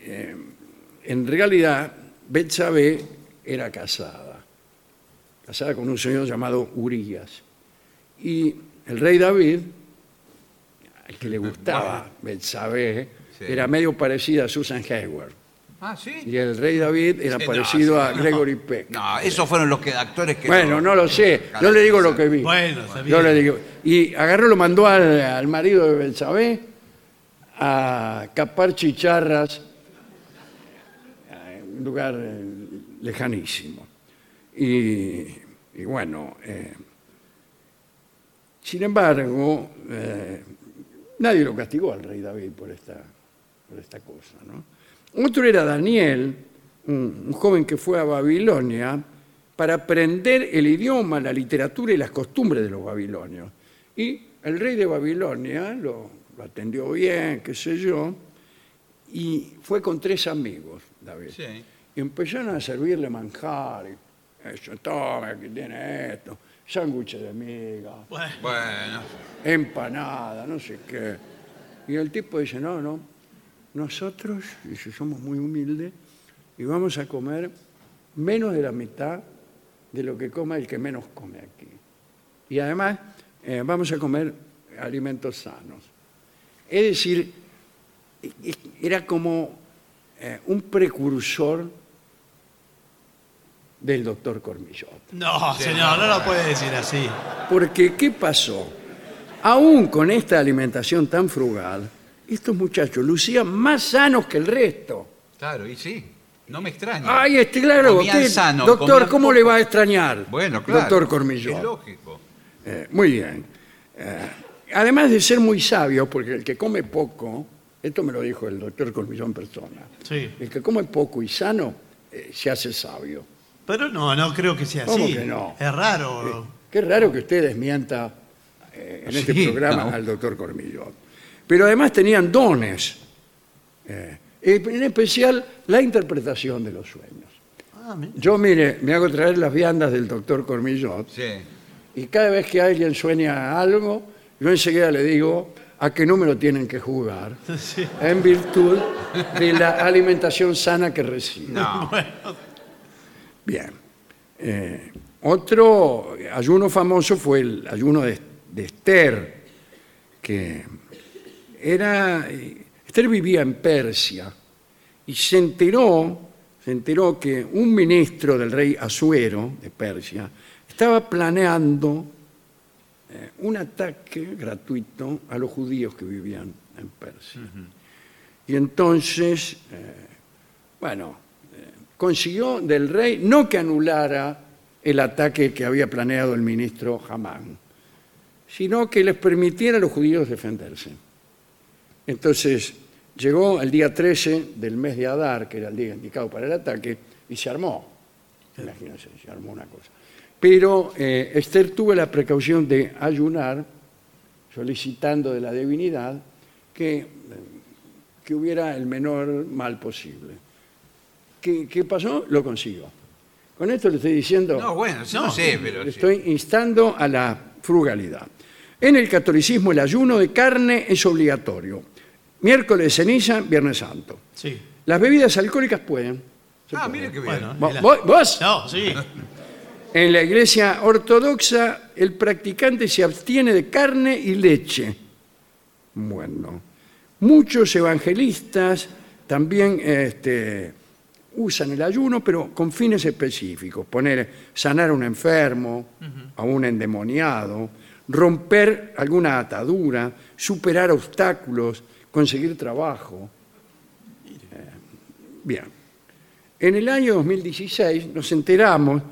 [SPEAKER 1] eh, en realidad Belsabé era casada, casada con un señor llamado Urías. Y el rey David, al que le gustaba Belsabé,
[SPEAKER 2] Sí.
[SPEAKER 1] era medio parecida a Susan Hayward.
[SPEAKER 2] Ah, sí.
[SPEAKER 1] Y el rey David era
[SPEAKER 2] Sí, no,
[SPEAKER 1] parecido
[SPEAKER 2] sí,
[SPEAKER 1] a
[SPEAKER 2] no.
[SPEAKER 1] Gregory
[SPEAKER 2] *laughs*
[SPEAKER 1] Peck.
[SPEAKER 2] No, esos fueron los que, actores que.
[SPEAKER 1] bueno, no lo sé. Yo le digo lo que vi.
[SPEAKER 3] Bueno, está bien.
[SPEAKER 1] Yo le digo. Y agarró, lo mandó al, al marido de Belsabé a capar chicharras a un lugar eh, lejanísimo. Y, y bueno, eh, sin embargo, eh, nadie lo castigó al rey David por esta, por esta cosa. ¿no? Otro era Daniel, un, un joven que fue a Babilonia para aprender el idioma, la literatura y las costumbres de los babilonios. Y el rey de Babilonia lo, lo atendió bien, qué sé yo, y fue con tres amigos, David.
[SPEAKER 2] Sí.
[SPEAKER 1] Y empezaron a servirle manjar, y eso, toma, que tiene esto, sándwiches de miga,
[SPEAKER 3] Bueno,
[SPEAKER 2] Bueno.
[SPEAKER 1] empanada, no sé qué. Y el tipo dice, no, no, nosotros, dice, somos muy humildes y vamos a comer menos de la mitad de lo que coma el que menos come aquí. Y además eh, vamos a comer alimentos sanos. Es decir, e- e- era como eh, un precursor del doctor Cormillot.
[SPEAKER 3] No, señor, no lo puede decir así.
[SPEAKER 1] Porque, ¿qué pasó? Aún con esta alimentación tan frugal, estos muchachos lucían más sanos que el resto.
[SPEAKER 2] Claro, y sí. No me extraña.
[SPEAKER 1] Ay, este, claro,
[SPEAKER 2] Comían
[SPEAKER 1] usted,
[SPEAKER 2] sano,
[SPEAKER 1] doctor,
[SPEAKER 2] comían
[SPEAKER 1] ¿cómo
[SPEAKER 2] poco.
[SPEAKER 1] le va a extrañar?
[SPEAKER 2] Bueno, claro.
[SPEAKER 1] Doctor
[SPEAKER 2] Es
[SPEAKER 1] Cormillón.
[SPEAKER 2] lógico.
[SPEAKER 1] Eh, muy bien. Eh, además de ser muy sabio, porque el que come poco, esto me lo dijo el doctor Cormillón en persona,
[SPEAKER 3] Sí.
[SPEAKER 1] el que come poco y sano eh, se hace sabio.
[SPEAKER 3] Pero no, no creo que sea
[SPEAKER 1] ¿Cómo
[SPEAKER 3] así.
[SPEAKER 1] que no?
[SPEAKER 3] Es raro.
[SPEAKER 1] Qué raro que usted desmienta eh, en este
[SPEAKER 2] Sí,
[SPEAKER 1] programa
[SPEAKER 2] no.
[SPEAKER 1] al doctor Cormillot. Pero además tenían dones, eh, en especial la interpretación de los sueños.
[SPEAKER 3] Ah, mi-
[SPEAKER 1] Yo, mire, me hago traer las viandas del doctor Cormillot *laughs*
[SPEAKER 2] Sí.
[SPEAKER 1] y cada vez que alguien sueña algo, yo enseguida le digo a qué número tienen que jugar
[SPEAKER 3] *laughs* sí.
[SPEAKER 1] en virtud de la alimentación sana que reciben. Bien. Eh, otro ayuno famoso fue el ayuno de, de Esther, que era. eh, Esther vivía en Persia y se enteró, se enteró que un ministro del rey Asuero de Persia estaba planeando eh, un ataque gratuito a los judíos que vivían en Persia. Y entonces, eh, bueno, eh, consiguió del rey no que anulara el ataque que había planeado el ministro Hamán, sino que les permitiera a los judíos defenderse. Entonces, Llegó el día 13 del mes de Adar, que era el día indicado para el ataque, y se armó. Imagínense, se armó una cosa. Pero eh, Esther tuvo la precaución de ayunar, solicitando de la divinidad que, eh, que hubiera el menor mal posible. ¿Qué, qué pasó? Lo consiguió. Con esto le estoy diciendo...
[SPEAKER 2] No, bueno, sí, no sé, pero. sí.
[SPEAKER 1] Estoy instando a la frugalidad. En el catolicismo el ayuno de carne es obligatorio. Miércoles de ceniza, viernes santo.
[SPEAKER 3] Sí.
[SPEAKER 1] Las bebidas alcohólicas pueden. Se
[SPEAKER 2] Ah,
[SPEAKER 1] pueden.
[SPEAKER 2] mire qué bien.
[SPEAKER 3] Bueno,
[SPEAKER 1] Vo-
[SPEAKER 3] el-
[SPEAKER 1] vo- ¿Vos? *laughs*
[SPEAKER 3] No, sí.
[SPEAKER 1] En la iglesia ortodoxa el practicante se abstiene de carne y leche. Bueno, muchos evangelistas también este, usan el ayuno, pero con fines específicos. Poner, sanar a un enfermo, a un endemoniado, romper alguna atadura, superar obstáculos, conseguir trabajo. Eh, bien. En el año 2016 nos enteramos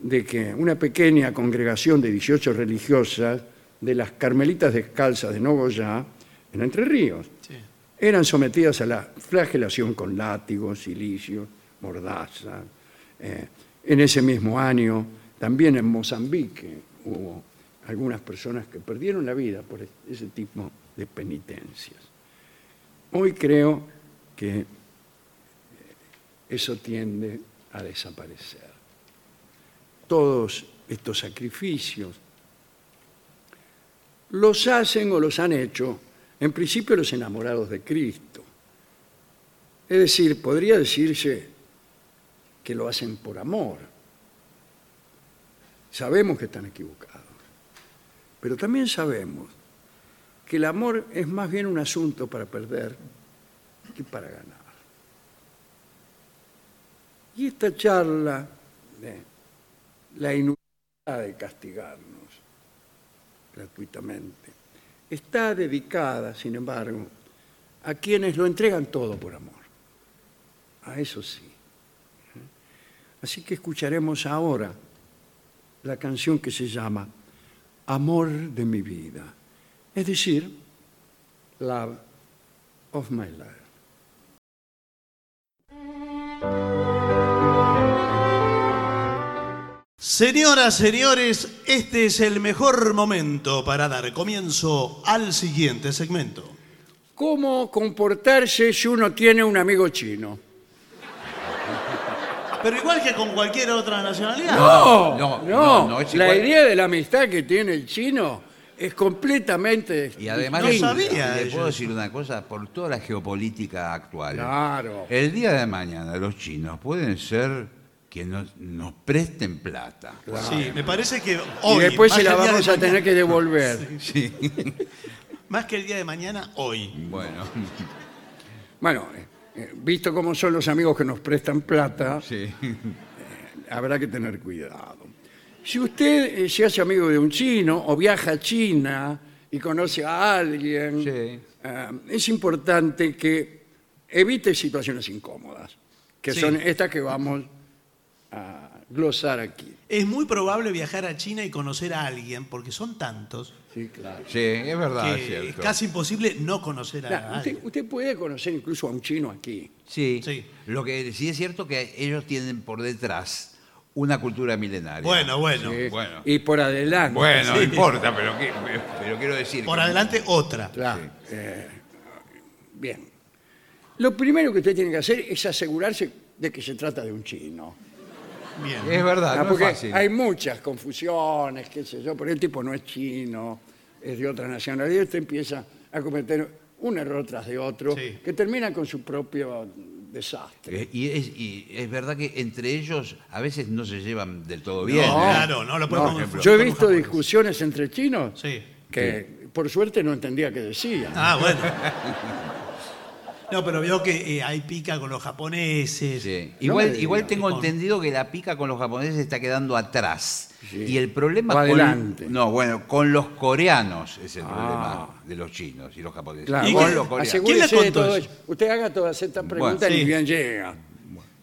[SPEAKER 1] de que una pequeña congregación de 18 religiosas de las Carmelitas Descalzas de Nogoyá, en Entre Ríos,
[SPEAKER 3] sí.
[SPEAKER 1] eran sometidas a la flagelación con látigos, silicio, mordaza. Eh, en ese mismo año, también en Mozambique, hubo algunas personas que perdieron la vida por es- ese tipo de penitencias. Hoy creo que eso tiende a desaparecer. Todos estos sacrificios los hacen o los han hecho, en principio, los enamorados de Cristo. Es decir, podría decirse que lo hacen por amor. Sabemos que están equivocados, pero también sabemos que el amor es más bien un asunto para perder que para ganar. Y esta charla de la inutilidad de castigarnos gratuitamente está dedicada, sin embargo, a quienes lo entregan todo por amor. A eso sí. Así que escucharemos ahora la canción que se llama Amor de mi vida, es decir, Love of My Life.
[SPEAKER 3] Señoras, señores, este es el mejor momento para dar comienzo al siguiente segmento.
[SPEAKER 1] ¿Cómo comportarse si uno tiene un amigo chino?
[SPEAKER 3] Pero igual que con cualquier otra nacionalidad.
[SPEAKER 2] No,
[SPEAKER 1] no,
[SPEAKER 2] no, no, no, es
[SPEAKER 1] la
[SPEAKER 2] igual.
[SPEAKER 1] idea de la amistad que tiene el chino es completamente
[SPEAKER 2] Y además,
[SPEAKER 3] No
[SPEAKER 2] le-
[SPEAKER 3] sabía
[SPEAKER 2] le
[SPEAKER 3] yo
[SPEAKER 2] puedo
[SPEAKER 3] eso.
[SPEAKER 2] decir una cosa, por toda la geopolítica actual.
[SPEAKER 1] Claro.
[SPEAKER 2] El día de mañana los chinos pueden ser que nos, nos presten plata. *laughs*
[SPEAKER 3] Sí, me parece que
[SPEAKER 1] Y
[SPEAKER 3] hoy.
[SPEAKER 1] después
[SPEAKER 3] más
[SPEAKER 1] se
[SPEAKER 3] que
[SPEAKER 1] la
[SPEAKER 3] el día
[SPEAKER 1] vamos
[SPEAKER 3] de
[SPEAKER 1] a tener
[SPEAKER 3] mañana-
[SPEAKER 1] que devolver.
[SPEAKER 3] Más que el día de mañana, hoy.
[SPEAKER 2] Bueno,
[SPEAKER 1] Bueno, eh, eh, visto cómo son los amigos que nos prestan plata,
[SPEAKER 2] sí.
[SPEAKER 1] habrá que tener cuidado. Si usted eh, se hace amigo de un chino o viaja a China y conoce a alguien,
[SPEAKER 2] Sí.
[SPEAKER 1] ah, es importante que evite situaciones incómodas, que
[SPEAKER 3] Sí.
[SPEAKER 1] son estas que vamos a glosar aquí.
[SPEAKER 3] Es muy probable viajar a China y conocer a alguien, porque son tantos
[SPEAKER 1] Sí, claro.
[SPEAKER 2] Sí, es
[SPEAKER 1] Ah,
[SPEAKER 2] verdad, es
[SPEAKER 3] que es
[SPEAKER 2] cierto.
[SPEAKER 3] casi imposible no conocer a
[SPEAKER 1] usted,
[SPEAKER 3] alguien.
[SPEAKER 1] usted puede conocer incluso a un chino aquí.
[SPEAKER 2] Sí.
[SPEAKER 3] Sí.
[SPEAKER 2] Lo que sí es cierto que ellos tienen por detrás una cultura milenaria.
[SPEAKER 3] Bueno, bueno.
[SPEAKER 1] eh,
[SPEAKER 2] bueno.
[SPEAKER 1] Y por adelante.
[SPEAKER 2] Bueno, no importa, pero, que- pero quiero decir.
[SPEAKER 3] Por
[SPEAKER 2] que-
[SPEAKER 3] adelante, otra.
[SPEAKER 1] Claro. Eh, bien. Lo primero que usted tiene que hacer es asegurarse de que se trata de un chino.
[SPEAKER 3] Bien.
[SPEAKER 2] Es verdad,
[SPEAKER 1] Ah,
[SPEAKER 2] no es
[SPEAKER 1] porque
[SPEAKER 2] fácil.
[SPEAKER 1] hay muchas confusiones, qué sé yo, pero el tipo no es chino, es de otra nacionalidad. Usted empieza a cometer un error tras de otro
[SPEAKER 3] Sí.
[SPEAKER 1] que termina con su propio desastre.
[SPEAKER 2] Eh, Y es, y es verdad que entre ellos a veces no se llevan del todo bien.
[SPEAKER 3] No,
[SPEAKER 2] ¿eh?
[SPEAKER 3] claro, no lo podemos
[SPEAKER 1] No,
[SPEAKER 3] confundir
[SPEAKER 1] yo he
[SPEAKER 3] con un
[SPEAKER 1] visto
[SPEAKER 3] japonés.
[SPEAKER 1] discusiones entre chinos
[SPEAKER 3] Sí.
[SPEAKER 1] que por suerte no entendía qué decían.
[SPEAKER 3] Ah, bueno. No, pero veo que eh, hay pica con los japoneses.
[SPEAKER 2] Sí.
[SPEAKER 1] me
[SPEAKER 2] Igual,
[SPEAKER 1] diga.
[SPEAKER 2] igual tengo
[SPEAKER 3] Y con-
[SPEAKER 2] entendido que la pica con los japoneses está quedando atrás.
[SPEAKER 1] Sí.
[SPEAKER 2] Y el problema
[SPEAKER 1] O
[SPEAKER 2] con,
[SPEAKER 1] adelante. Ah.
[SPEAKER 2] No, bueno, con los coreanos es el problema de los chinos y los japoneses.
[SPEAKER 1] Claro,
[SPEAKER 3] ¿Y
[SPEAKER 1] vos
[SPEAKER 3] qué-
[SPEAKER 2] con los coreanos.
[SPEAKER 3] asegura-
[SPEAKER 1] asegúrese
[SPEAKER 3] ¿Quién le
[SPEAKER 1] de todo
[SPEAKER 3] contó
[SPEAKER 1] eso.
[SPEAKER 3] eso?
[SPEAKER 1] Usted haga todas estas preguntas
[SPEAKER 2] Bueno,
[SPEAKER 1] y
[SPEAKER 3] sí.
[SPEAKER 1] bien llega.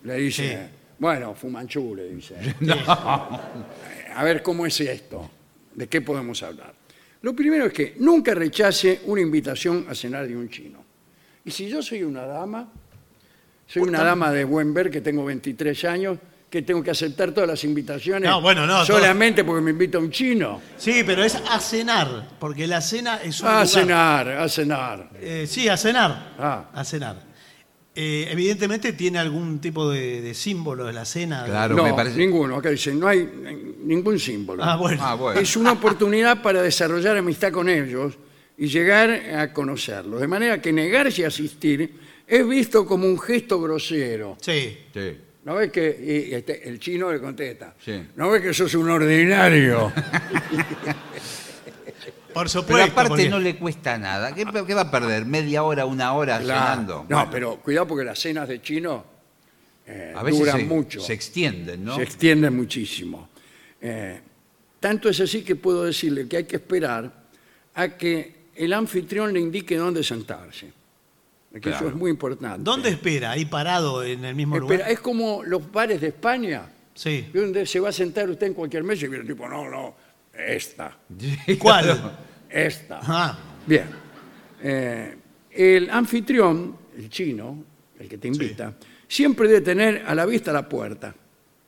[SPEAKER 1] Le dice,
[SPEAKER 3] Sí.
[SPEAKER 1] bueno, Fumanchu, le
[SPEAKER 3] *laughs*
[SPEAKER 1] dice. A ver cómo es esto, de qué podemos hablar. Lo primero es que nunca rechace una invitación a cenar de un chino. Y si yo soy una dama,
[SPEAKER 3] Pues
[SPEAKER 1] soy una dama de buen ver que tengo 23 años, que tengo que aceptar todas las invitaciones
[SPEAKER 3] No, bueno, no,
[SPEAKER 1] solamente porque me invita un chino.
[SPEAKER 3] Sí, pero es a cenar, porque la cena es un
[SPEAKER 1] Ah, A
[SPEAKER 3] lugar.
[SPEAKER 1] cenar, a cenar.
[SPEAKER 3] Eh, sí, a cenar.
[SPEAKER 1] Ah.
[SPEAKER 3] A cenar. Eh, evidentemente tiene algún tipo de, de símbolo de la cena.
[SPEAKER 2] Claro. Pero
[SPEAKER 1] no,
[SPEAKER 2] me parece-
[SPEAKER 1] ninguno. Acá dicen, no hay eh, ningún símbolo.
[SPEAKER 3] Ah, bueno.
[SPEAKER 2] Ah, bueno.
[SPEAKER 1] Es una oportunidad para desarrollar amistad con ellos y llegar a conocerlos. De manera que negarse a asistir es visto como un gesto grosero.
[SPEAKER 3] Sí.
[SPEAKER 2] Sí.
[SPEAKER 1] ¿No ves que y- y este, el chino le contesta?
[SPEAKER 2] Sí.
[SPEAKER 1] ¿No ves que sos un
[SPEAKER 2] *laughs*
[SPEAKER 1] ordinario?
[SPEAKER 3] Por
[SPEAKER 2] Pero
[SPEAKER 3] supuesto.
[SPEAKER 2] aparte
[SPEAKER 3] porque-
[SPEAKER 2] no le cuesta nada. ¿Qué, qué va a perder? ¿Media hora, una hora cenando?
[SPEAKER 1] Ah. Claro. No,
[SPEAKER 2] Bueno,
[SPEAKER 1] pero cuidado porque las cenas de chino eh,
[SPEAKER 2] a veces
[SPEAKER 1] duran
[SPEAKER 2] se,
[SPEAKER 1] mucho.
[SPEAKER 2] se extienden, ¿no?
[SPEAKER 1] se
[SPEAKER 2] *laughs*
[SPEAKER 1] extiende muchísimo. Eh, tanto es así que puedo decirle que hay que esperar a que el anfitrión le indique dónde sentarse. Que Eso
[SPEAKER 2] Claro.
[SPEAKER 1] es muy importante.
[SPEAKER 3] ¿Dónde espera? ¿Ahí parado en el mismo
[SPEAKER 1] Espera,
[SPEAKER 3] lugar?
[SPEAKER 1] es como los bares de España,
[SPEAKER 2] *laughs*
[SPEAKER 3] Sí.
[SPEAKER 1] donde se va a sentar usted en cualquier mesa y viene el tipo, no, no, esta,
[SPEAKER 3] ¿Cuál?
[SPEAKER 1] esta.
[SPEAKER 3] Ah,
[SPEAKER 1] Bien. Eh, el anfitrión, el chino, el que te invita, siempre debe tener a la vista la puerta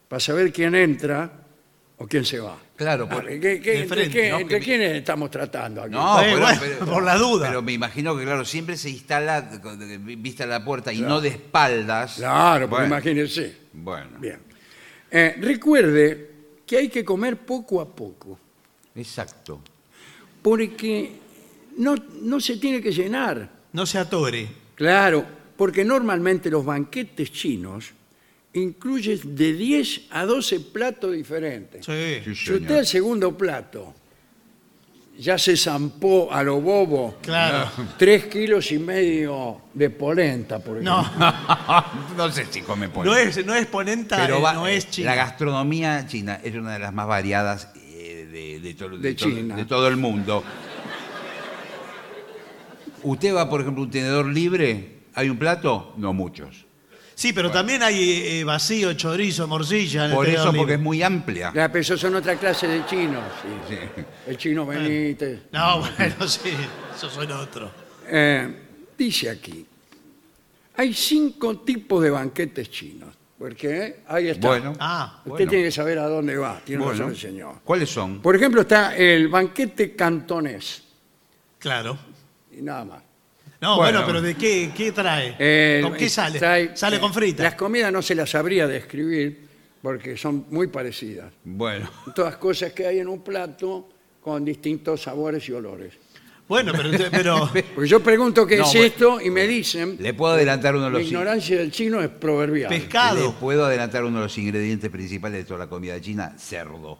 [SPEAKER 1] para saber quién entra o quién se va.
[SPEAKER 2] Claro, por-
[SPEAKER 1] Ah, ¿qué- qué-
[SPEAKER 3] de
[SPEAKER 1] entre
[SPEAKER 3] frente,
[SPEAKER 1] qué-
[SPEAKER 3] ¿no?
[SPEAKER 1] entre
[SPEAKER 2] Que-
[SPEAKER 1] quiénes estamos tratando aquí?
[SPEAKER 2] No,
[SPEAKER 3] Eh,
[SPEAKER 2] pero, *laughs*
[SPEAKER 3] bueno,
[SPEAKER 2] pero-
[SPEAKER 3] por la duda.
[SPEAKER 2] Pero me imagino que, claro, siempre se instala con- de- vista a la puerta y no de espaldas.
[SPEAKER 1] Claro, porque
[SPEAKER 2] bueno,
[SPEAKER 1] imagínense.
[SPEAKER 2] Bueno,
[SPEAKER 1] Bien. Eh, recuerde que hay que comer poco a poco,
[SPEAKER 2] exacto.
[SPEAKER 1] porque no, no se tiene que llenar.
[SPEAKER 3] no se atore.
[SPEAKER 1] Claro, porque normalmente los banquetes chinos incluyen de 10 a 12 platos diferentes.
[SPEAKER 3] Sí.
[SPEAKER 2] Sí,
[SPEAKER 1] si
[SPEAKER 2] señor.
[SPEAKER 1] usted al segundo plato ya se zampó a lo bobo
[SPEAKER 2] *laughs*
[SPEAKER 3] Claro.
[SPEAKER 1] tres kilos y medio de polenta, por ejemplo.
[SPEAKER 2] *laughs*
[SPEAKER 3] No,
[SPEAKER 2] no sé si come pollo.
[SPEAKER 3] no es, no es ponenta,
[SPEAKER 2] pero
[SPEAKER 3] eh,
[SPEAKER 2] va-
[SPEAKER 3] no es
[SPEAKER 2] La
[SPEAKER 3] china.
[SPEAKER 2] gastronomía china es una de las más variadas eh, de, de to- de
[SPEAKER 1] De
[SPEAKER 2] to-
[SPEAKER 1] China.
[SPEAKER 2] de todo el mundo. Usted va, por ejemplo, a un tenedor libre, ¿hay un plato? No muchos.
[SPEAKER 3] Sí, pero también hay eh, vacío, chorizo, morcilla. en el
[SPEAKER 2] Por eso,
[SPEAKER 3] tenedor
[SPEAKER 2] porque es
[SPEAKER 3] libre.
[SPEAKER 2] muy amplia.
[SPEAKER 1] Ya, pero esos son otra clase de chinos. sí.
[SPEAKER 2] Sí.
[SPEAKER 1] El chino Benítez.
[SPEAKER 3] No, *laughs* bueno, sí, eso son otro.
[SPEAKER 1] Eh, dice aquí, hay cinco tipos de banquetes chinos. Porque ahí está.
[SPEAKER 2] Bueno.
[SPEAKER 3] Ah,
[SPEAKER 1] Usted
[SPEAKER 2] bueno.
[SPEAKER 1] tiene que saber a dónde va, tiene
[SPEAKER 2] Bueno.
[SPEAKER 1] razón el señor.
[SPEAKER 2] ¿Cuáles son?
[SPEAKER 1] Por ejemplo, está el banquete cantonés,
[SPEAKER 3] claro.
[SPEAKER 1] y nada más.
[SPEAKER 3] No,
[SPEAKER 2] Bueno.
[SPEAKER 3] bueno, pero ¿de qué, qué trae?
[SPEAKER 1] El-
[SPEAKER 3] ¿Con qué sale?
[SPEAKER 1] Eh, trae- eh,
[SPEAKER 3] sale con frita.
[SPEAKER 1] Las comidas no se las sabría describir porque son muy parecidas.
[SPEAKER 2] Bueno. *laughs*
[SPEAKER 1] Todas cosas que hay en un plato con distintos sabores y olores.
[SPEAKER 3] Bueno, pero, pero
[SPEAKER 1] Porque yo pregunto qué
[SPEAKER 2] No,
[SPEAKER 1] es
[SPEAKER 2] bueno.
[SPEAKER 1] esto y me dicen,
[SPEAKER 2] Le puedo adelantar uno de
[SPEAKER 1] la
[SPEAKER 2] los
[SPEAKER 1] ignorancia del chino es proverbial.
[SPEAKER 2] Le
[SPEAKER 3] pescado.
[SPEAKER 2] puedo adelantar uno de los ingredientes principales de toda la comida china, cerdo.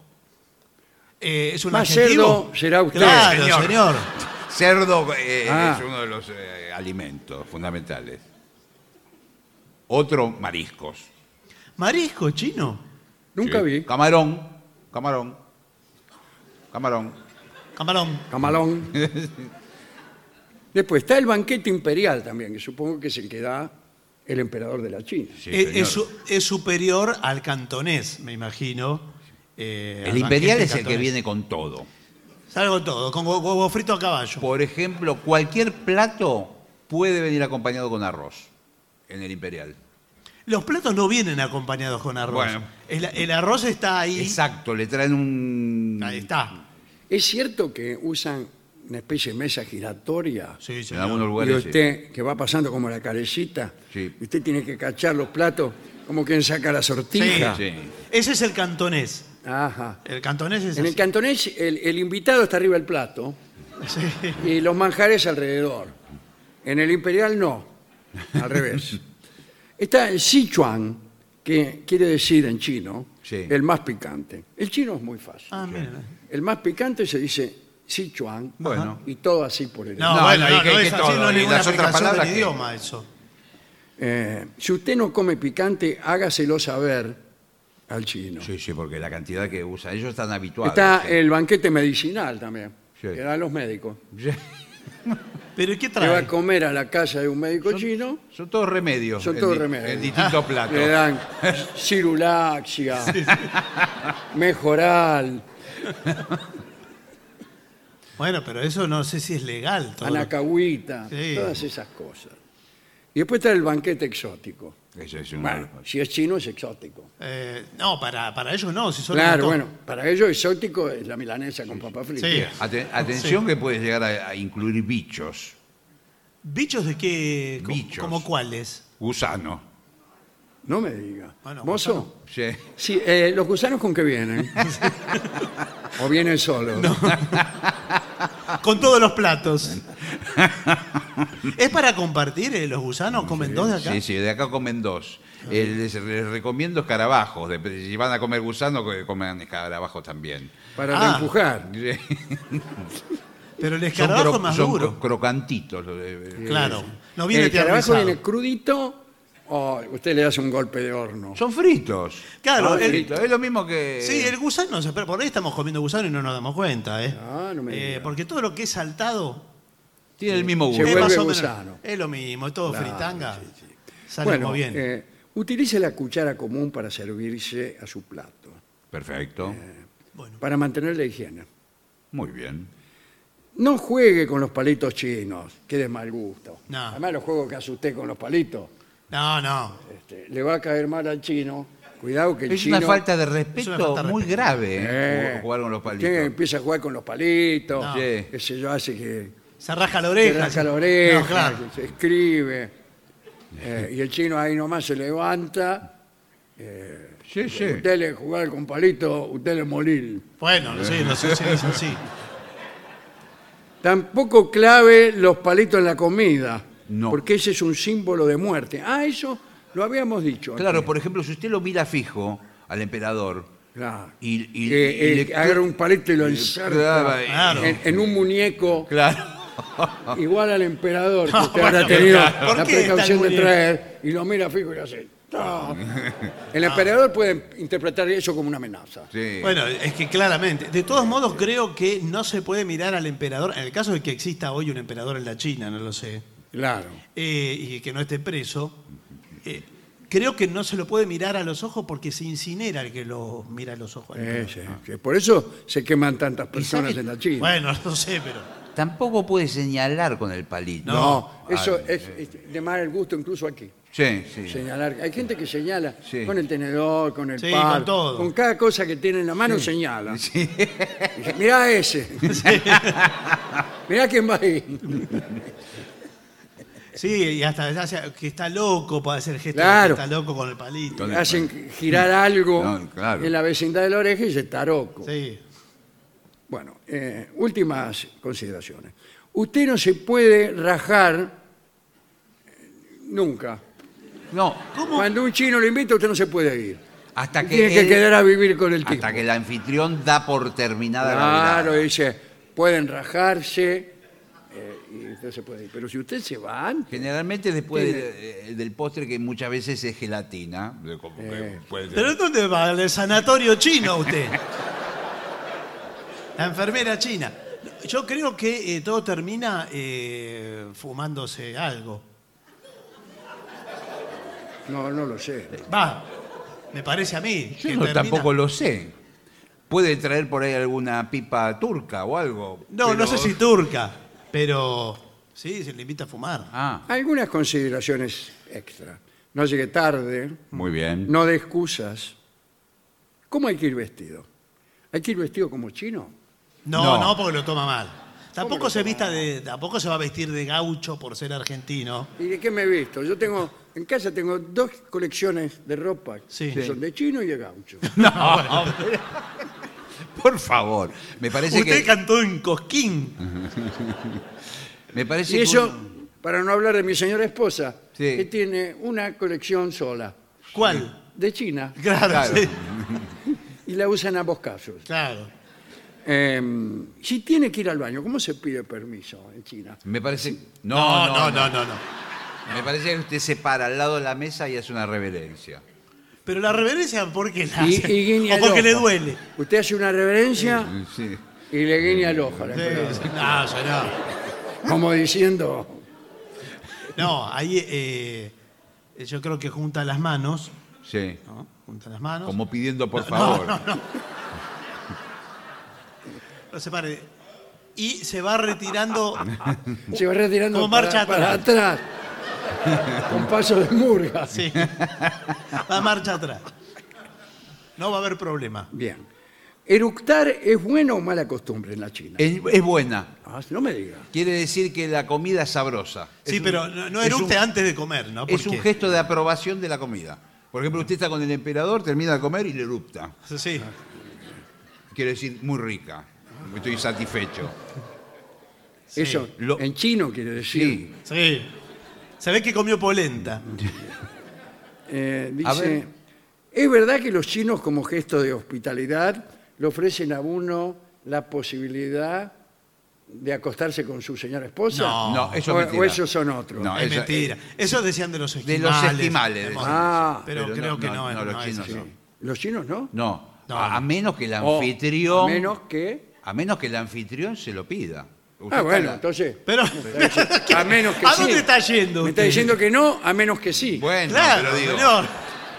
[SPEAKER 3] eh, ¿Es un
[SPEAKER 1] Más
[SPEAKER 3] adjetivo?
[SPEAKER 1] cerdo será usted.
[SPEAKER 3] Claro,
[SPEAKER 2] Señor.
[SPEAKER 3] señor.
[SPEAKER 2] Cerdo eh,
[SPEAKER 1] Ah.
[SPEAKER 2] es uno de los eh, alimentos fundamentales. Otro, mariscos.
[SPEAKER 3] Marisco chino.
[SPEAKER 1] Nunca
[SPEAKER 2] Sí.
[SPEAKER 1] vi.
[SPEAKER 2] Camarón, camarón, camarón.
[SPEAKER 3] Camarón. *laughs*
[SPEAKER 1] Camalón. Después está el banquete imperial también, que supongo que es el que da el emperador de la China.
[SPEAKER 2] Sí,
[SPEAKER 3] Eh, es,
[SPEAKER 2] señor.
[SPEAKER 3] es su- es superior al cantonés, me imagino. eh,
[SPEAKER 2] el
[SPEAKER 3] al
[SPEAKER 2] imperial
[SPEAKER 3] banquete
[SPEAKER 2] es el que
[SPEAKER 3] cantonés.
[SPEAKER 2] viene con todo.
[SPEAKER 3] Sale con todo, con hue- huevo frito a caballo.
[SPEAKER 2] Por ejemplo, cualquier plato puede venir acompañado con arroz en el imperial.
[SPEAKER 3] Los platos no vienen acompañados con arroz.
[SPEAKER 2] Bueno.
[SPEAKER 3] El, el arroz está ahí.
[SPEAKER 2] Exacto, le traen un...
[SPEAKER 3] Ahí está.
[SPEAKER 1] ¿Es cierto que usan una especie de mesa giratoria?
[SPEAKER 3] Sí,
[SPEAKER 2] En
[SPEAKER 3] señor.
[SPEAKER 2] algunos
[SPEAKER 1] Y
[SPEAKER 2] lugares sí.
[SPEAKER 1] usted, que va pasando como la carecita,
[SPEAKER 2] Sí.
[SPEAKER 1] y usted tiene que cachar los platos como quien saca la
[SPEAKER 3] Sí.
[SPEAKER 1] sortija.
[SPEAKER 2] Sí.
[SPEAKER 3] Ese es el cantonés.
[SPEAKER 1] Ajá.
[SPEAKER 3] El cantonés es
[SPEAKER 1] En el
[SPEAKER 3] así.
[SPEAKER 1] cantonés, el, el invitado está arriba del plato
[SPEAKER 3] Sí.
[SPEAKER 1] y los manjares alrededor. En el imperial, no. Al
[SPEAKER 2] *laughs*
[SPEAKER 1] revés. Está el Sichuan, que quiere decir en chino,
[SPEAKER 2] Sí.
[SPEAKER 1] el más picante. El chino es muy fácil.
[SPEAKER 3] Ah, mira.
[SPEAKER 1] El más picante se dice Sichuan.
[SPEAKER 2] Bueno.
[SPEAKER 1] Y todo así por el
[SPEAKER 3] No,
[SPEAKER 2] No,
[SPEAKER 3] bueno,
[SPEAKER 2] no,
[SPEAKER 3] no,
[SPEAKER 2] que-
[SPEAKER 3] no
[SPEAKER 2] que
[SPEAKER 3] es así,
[SPEAKER 2] todo,
[SPEAKER 3] no
[SPEAKER 2] y
[SPEAKER 3] es ninguna
[SPEAKER 2] las otras
[SPEAKER 3] aplicación
[SPEAKER 2] palabras
[SPEAKER 3] del
[SPEAKER 2] que-
[SPEAKER 3] idioma eso.
[SPEAKER 1] Eh, si usted no come picante, hágaselo saber al chino.
[SPEAKER 2] Sí, sí, porque la cantidad que usa, ellos están habituados.
[SPEAKER 1] Está
[SPEAKER 2] Sí.
[SPEAKER 1] el banquete medicinal también,
[SPEAKER 2] Sí.
[SPEAKER 1] que dan los médicos.
[SPEAKER 3] ¿Pero ¿y qué
[SPEAKER 1] Que va
[SPEAKER 3] trae?
[SPEAKER 1] a comer a la casa de un médico chino,
[SPEAKER 2] *laughs* Son todos remedios.
[SPEAKER 1] son
[SPEAKER 2] en
[SPEAKER 1] todos
[SPEAKER 2] di-
[SPEAKER 1] remedios.
[SPEAKER 2] En
[SPEAKER 1] *laughs*
[SPEAKER 2] distintos platos.
[SPEAKER 1] le dan
[SPEAKER 3] *laughs*
[SPEAKER 1] cirulaxia, mejoral,
[SPEAKER 3] Bueno, pero eso no sé si es legal. todo.
[SPEAKER 1] anacahuita,
[SPEAKER 3] Sí.
[SPEAKER 1] todas esas cosas. Y después está el banquete exótico.
[SPEAKER 2] Eso es un-
[SPEAKER 1] Bueno, si es chino es exótico.
[SPEAKER 3] Eh, no, para, para ellos no, si son
[SPEAKER 1] Claro,
[SPEAKER 3] un
[SPEAKER 1] bueno,
[SPEAKER 3] montón.
[SPEAKER 1] para ellos exótico es la milanesa con papa frita.
[SPEAKER 3] Sí.
[SPEAKER 2] Aten- atención que puede llegar a, a incluir bichos,
[SPEAKER 3] ¿Bichos de qué? co-
[SPEAKER 2] Bichos.
[SPEAKER 3] ¿Como cuáles?
[SPEAKER 2] gusano.
[SPEAKER 1] No me diga.
[SPEAKER 3] Bueno,
[SPEAKER 1] ¿Mozo?
[SPEAKER 2] Sí.
[SPEAKER 1] Sí, eh, ¿los gusanos con qué
[SPEAKER 3] *laughs*
[SPEAKER 1] vienen? ¿O vienen solos?
[SPEAKER 3] Con todos
[SPEAKER 2] *laughs*
[SPEAKER 3] los platos. ¿Es para compartir eh, los gusanos? ¿Comen dos de acá? Ah.
[SPEAKER 2] Sí, sí, de acá comen dos. Eh, les, les recomiendo escarabajos. de- si van a comer gusano, que coman escarabajos también.
[SPEAKER 1] Para
[SPEAKER 3] Ah.
[SPEAKER 1] empujar.
[SPEAKER 3] Pero el
[SPEAKER 2] Son,
[SPEAKER 3] escarabajo
[SPEAKER 2] cro-
[SPEAKER 3] es más
[SPEAKER 2] son
[SPEAKER 3] duro.
[SPEAKER 2] cro- crocantitos. los de-
[SPEAKER 3] Claro. No
[SPEAKER 1] Eh, ¿El
[SPEAKER 3] viene
[SPEAKER 1] escarabajo
[SPEAKER 3] tiernizado.
[SPEAKER 1] Eh, viene crudito o usted le hace un golpe de horno?
[SPEAKER 2] Son fritos.
[SPEAKER 3] Claro,
[SPEAKER 2] Son
[SPEAKER 3] el-
[SPEAKER 2] fritos. es lo mismo que.
[SPEAKER 3] Sí, el gusano, se- pero por ahí estamos comiendo gusano y no nos damos cuenta, ¿eh?
[SPEAKER 1] Ah, no me
[SPEAKER 3] Eh,
[SPEAKER 1] diga.
[SPEAKER 3] porque todo lo que es saltado
[SPEAKER 2] Tiene el mismo
[SPEAKER 1] Se
[SPEAKER 2] gusto.
[SPEAKER 3] es
[SPEAKER 1] vuelve
[SPEAKER 3] más o menos-
[SPEAKER 1] gusano.
[SPEAKER 3] Es lo mismo, es todo
[SPEAKER 1] Claro,
[SPEAKER 3] fritanga. Sale
[SPEAKER 1] bueno,
[SPEAKER 3] muy bien.
[SPEAKER 1] eh, utilice la cuchara común para servirse a su plato,
[SPEAKER 2] Perfecto.
[SPEAKER 3] Eh. bueno,
[SPEAKER 1] para mantener la higiene.
[SPEAKER 2] Muy bien.
[SPEAKER 1] No juegue con los palitos chinos, que de mal gusto.
[SPEAKER 3] No.
[SPEAKER 1] Además, los juegos que hace usted con los palitos,
[SPEAKER 3] no, no.
[SPEAKER 1] este, le va a caer mal al chino. Cuidado que el
[SPEAKER 2] Es
[SPEAKER 1] chino...
[SPEAKER 2] una falta de respeto
[SPEAKER 3] una falta de
[SPEAKER 2] muy
[SPEAKER 3] respeto.
[SPEAKER 2] grave ¿eh?
[SPEAKER 1] Eh,
[SPEAKER 2] jugar con los palitos.
[SPEAKER 1] que empieza a jugar con los palitos,
[SPEAKER 3] No.
[SPEAKER 2] Sí.
[SPEAKER 1] qué sé yo, hace que
[SPEAKER 3] Se raja la
[SPEAKER 1] se
[SPEAKER 3] oreja.
[SPEAKER 1] rasca
[SPEAKER 3] se-
[SPEAKER 1] la oreja,
[SPEAKER 3] No, claro.
[SPEAKER 1] que se escribe. eh, y el chino ahí nomás se levanta.
[SPEAKER 2] Sí, sí.
[SPEAKER 1] Usted le jugar con palito, usted le molil.
[SPEAKER 3] Bueno, no sé, no sé si dicen así.
[SPEAKER 1] Tampoco clave los palitos en la comida.
[SPEAKER 2] No.
[SPEAKER 1] Porque ese es un símbolo de muerte. Ah, eso lo habíamos dicho.
[SPEAKER 2] Claro,
[SPEAKER 1] aquí.
[SPEAKER 2] por ejemplo, si usted lo mira fijo al emperador
[SPEAKER 1] Claro.
[SPEAKER 2] y, y-
[SPEAKER 1] Que,
[SPEAKER 2] y
[SPEAKER 1] eh, agarra un palito y lo
[SPEAKER 2] le-
[SPEAKER 1] inserta
[SPEAKER 2] claro, eh,
[SPEAKER 3] Claro.
[SPEAKER 1] en, en un muñeco
[SPEAKER 2] claro.
[SPEAKER 1] *laughs* igual al emperador que
[SPEAKER 3] No,
[SPEAKER 1] usted habrá
[SPEAKER 3] bueno,
[SPEAKER 1] tenido
[SPEAKER 3] claro. ¿Por
[SPEAKER 1] la
[SPEAKER 3] qué es tan
[SPEAKER 1] precaución de
[SPEAKER 3] muñeco?
[SPEAKER 1] traer y lo mira fijo y hace. "Ta".
[SPEAKER 3] *laughs*
[SPEAKER 1] El emperador puede interpretar eso como una amenaza.
[SPEAKER 2] Sí.
[SPEAKER 3] Bueno, es que claramente. De todos modos, creo que no se puede mirar al emperador, en el caso de que exista hoy un emperador en la China, no lo sé,
[SPEAKER 1] Claro.
[SPEAKER 3] eh, y que no esté preso, eh, creo que no se lo puede mirar a los ojos porque se incinera el que lo mira a los ojos. al
[SPEAKER 1] Eh,
[SPEAKER 3] emperador.
[SPEAKER 1] sí, sí. Por eso se queman tantas personas
[SPEAKER 2] sabe-
[SPEAKER 1] en la China.
[SPEAKER 3] Bueno, *laughs* no sé, pero.
[SPEAKER 2] Tampoco puede señalar con el palito.
[SPEAKER 1] No, eso
[SPEAKER 2] Ah,
[SPEAKER 1] es, es de mal gusto incluso aquí.
[SPEAKER 2] Sí, sí.
[SPEAKER 1] Señalar. Hay gente que señala
[SPEAKER 2] Sí.
[SPEAKER 1] con el tenedor, con el
[SPEAKER 3] Sí,
[SPEAKER 1] palo,
[SPEAKER 3] con todo.
[SPEAKER 1] con cada cosa que tiene en la mano señala. Dice, Mirá
[SPEAKER 3] *laughs*
[SPEAKER 1] ese. *laughs* Mirá quién va ahí.
[SPEAKER 3] Sí, y hasta ya sea que está loco para hacer gestos.
[SPEAKER 1] Claro.
[SPEAKER 3] que Está loco con el palito.
[SPEAKER 2] Con el-
[SPEAKER 1] Hacen girar algo
[SPEAKER 2] No, claro.
[SPEAKER 1] en la vecindad de la oreja y se taroco.
[SPEAKER 3] Sí.
[SPEAKER 1] Bueno, eh, últimas consideraciones. Usted no se puede rajar eh, nunca.
[SPEAKER 2] No,
[SPEAKER 3] ¿Cómo?
[SPEAKER 1] Cuando un chino lo invita, usted no se puede ir.
[SPEAKER 2] hasta que,
[SPEAKER 1] Tiene que
[SPEAKER 2] el-
[SPEAKER 1] quedar a vivir con el tipo.
[SPEAKER 2] hasta que el anfitrión da por terminada la
[SPEAKER 1] Claro, eh.
[SPEAKER 2] velada.
[SPEAKER 1] dice, pueden rajarse eh, y usted se puede ir. Pero si usted se va antes,
[SPEAKER 2] Generalmente después del, eh, del postre que muchas veces es gelatina. de como que
[SPEAKER 1] Eh.
[SPEAKER 2] puede ser.
[SPEAKER 3] ¿Pero dónde va? ¿Al sanatorio chino usted? La enfermera china. Yo creo que eh, todo termina eh, fumándose algo.
[SPEAKER 1] no, no lo sé.
[SPEAKER 3] Va, me parece a mí.
[SPEAKER 2] Yo
[SPEAKER 3] que
[SPEAKER 2] no,
[SPEAKER 3] termina-
[SPEAKER 2] tampoco lo sé. Puede traer por ahí alguna pipa turca o algo.
[SPEAKER 3] No,
[SPEAKER 2] pero-
[SPEAKER 3] no sé si turca, pero sí, se le invita a fumar.
[SPEAKER 2] Ah,
[SPEAKER 1] Algunas consideraciones extra. No llegue tarde,
[SPEAKER 2] muy bien.
[SPEAKER 1] no dé excusas. ¿Cómo hay que ir vestido? ¿Hay que ir vestido como chino?
[SPEAKER 3] No,
[SPEAKER 2] No.
[SPEAKER 3] no, porque lo toma mal. Tampoco se vista de, tampoco se va a vestir de gaucho por ser argentino.
[SPEAKER 1] ¿Y de qué me he visto? Yo tengo, en casa tengo dos colecciones de ropa
[SPEAKER 3] Sí.
[SPEAKER 1] que
[SPEAKER 3] Sí.
[SPEAKER 1] son de chino y de
[SPEAKER 3] *laughs*
[SPEAKER 1] gaucho.
[SPEAKER 2] Por favor. Me parece
[SPEAKER 3] Usted
[SPEAKER 2] que.
[SPEAKER 3] cantó en Cosquín.
[SPEAKER 2] Me parece
[SPEAKER 1] Y
[SPEAKER 2] que
[SPEAKER 1] eso,
[SPEAKER 2] un-
[SPEAKER 1] para no hablar de mi señora esposa,
[SPEAKER 2] Sí.
[SPEAKER 1] que tiene una colección sola,
[SPEAKER 3] ¿Cuál?
[SPEAKER 1] de China,
[SPEAKER 3] *laughs* Claro,
[SPEAKER 2] Claro.
[SPEAKER 3] *laughs* sí.
[SPEAKER 1] y la usan ambos casos.
[SPEAKER 3] Claro.
[SPEAKER 1] Eh,
[SPEAKER 3] Em,
[SPEAKER 1] si tiene que ir al baño, ¿cómo se pide permiso en
[SPEAKER 3] *laughs*
[SPEAKER 1] China?
[SPEAKER 2] Me parece.
[SPEAKER 3] No, no, no, no, no.
[SPEAKER 2] Me parece que usted se para al lado de la mesa y hace una reverencia.
[SPEAKER 3] Pero la reverencia, ¿por qué la
[SPEAKER 1] Y-
[SPEAKER 3] hace?
[SPEAKER 1] y guiña
[SPEAKER 3] o
[SPEAKER 1] el
[SPEAKER 3] porque le
[SPEAKER 1] ojo.
[SPEAKER 3] duele.
[SPEAKER 1] Usted hace una reverencia
[SPEAKER 2] Sí.
[SPEAKER 1] y le guiña el ojo, a la
[SPEAKER 3] Sí,
[SPEAKER 1] empleada,
[SPEAKER 3] sí. *laughs* No, eso no.
[SPEAKER 1] como diciendo,
[SPEAKER 3] No, ahí eh, yo creo que junta las manos.
[SPEAKER 2] Sí.
[SPEAKER 3] ¿no? Junta las manos.
[SPEAKER 2] Como pidiendo por
[SPEAKER 3] No,
[SPEAKER 2] favor.
[SPEAKER 3] no, no. No se pare. Y se va retirando *laughs*
[SPEAKER 1] se va retirando
[SPEAKER 3] Como
[SPEAKER 1] para,
[SPEAKER 3] marcha
[SPEAKER 1] para atrás. con paso de murga.
[SPEAKER 2] *laughs*
[SPEAKER 3] Sí. Va marcha atrás. No va a haber problema.
[SPEAKER 1] Bien. ¿Eructar es buena o mala costumbre en la China?
[SPEAKER 2] Es, es buena.
[SPEAKER 1] Ah, no me digas.
[SPEAKER 2] Quiere decir que la comida es sabrosa.
[SPEAKER 3] Sí,
[SPEAKER 2] Es un-
[SPEAKER 3] pero no, no
[SPEAKER 2] es un-
[SPEAKER 3] eructe antes de comer, ¿no?
[SPEAKER 2] Es un
[SPEAKER 3] Porque-
[SPEAKER 2] gesto de aprobación de la comida. Por ejemplo, usted está con el emperador, termina de comer y le erupta.
[SPEAKER 3] Sí.
[SPEAKER 2] Ah, Quiere decir, muy rica. Estoy satisfecho.
[SPEAKER 3] sí.
[SPEAKER 1] Eso,
[SPEAKER 2] Lo-
[SPEAKER 1] en chino quiere decir.
[SPEAKER 2] Sí.
[SPEAKER 3] Sí. Se ve que comió polenta.
[SPEAKER 1] Eh,
[SPEAKER 2] A ver.
[SPEAKER 1] dice, es verdad que los chinos como gesto de hospitalidad le ofrecen a uno la posibilidad de acostarse con su señora esposa.
[SPEAKER 3] No.
[SPEAKER 2] No, eso
[SPEAKER 1] o,
[SPEAKER 2] es mentira.
[SPEAKER 1] o esos son otros.
[SPEAKER 2] No,
[SPEAKER 3] es
[SPEAKER 2] eso-
[SPEAKER 3] mentira. Eso decían de los
[SPEAKER 2] de
[SPEAKER 3] esquimales.
[SPEAKER 2] los esquimales.
[SPEAKER 3] hemos
[SPEAKER 1] Ah,
[SPEAKER 3] dicho. pero,
[SPEAKER 2] pero
[SPEAKER 3] creo
[SPEAKER 2] no,
[SPEAKER 3] que
[SPEAKER 2] no,
[SPEAKER 3] no,
[SPEAKER 2] no,
[SPEAKER 3] no,
[SPEAKER 2] los
[SPEAKER 3] es
[SPEAKER 2] chinos
[SPEAKER 3] así.
[SPEAKER 2] no.
[SPEAKER 1] Los chinos no.
[SPEAKER 2] No,
[SPEAKER 3] No.
[SPEAKER 2] A, a menos que el
[SPEAKER 1] O,
[SPEAKER 2] anfitrión.
[SPEAKER 1] a menos que.
[SPEAKER 2] a menos que el anfitrión se lo pida. Usted
[SPEAKER 1] Ah, bueno,
[SPEAKER 2] está-
[SPEAKER 1] entonces.
[SPEAKER 3] Pero,
[SPEAKER 1] *laughs* A menos que
[SPEAKER 3] ¿A
[SPEAKER 1] sí.
[SPEAKER 3] dónde está yendo?
[SPEAKER 1] Me está
[SPEAKER 3] usted?
[SPEAKER 1] diciendo que no, a menos que sí.
[SPEAKER 2] Bueno,
[SPEAKER 3] Claro,
[SPEAKER 2] pero digo,
[SPEAKER 3] señor.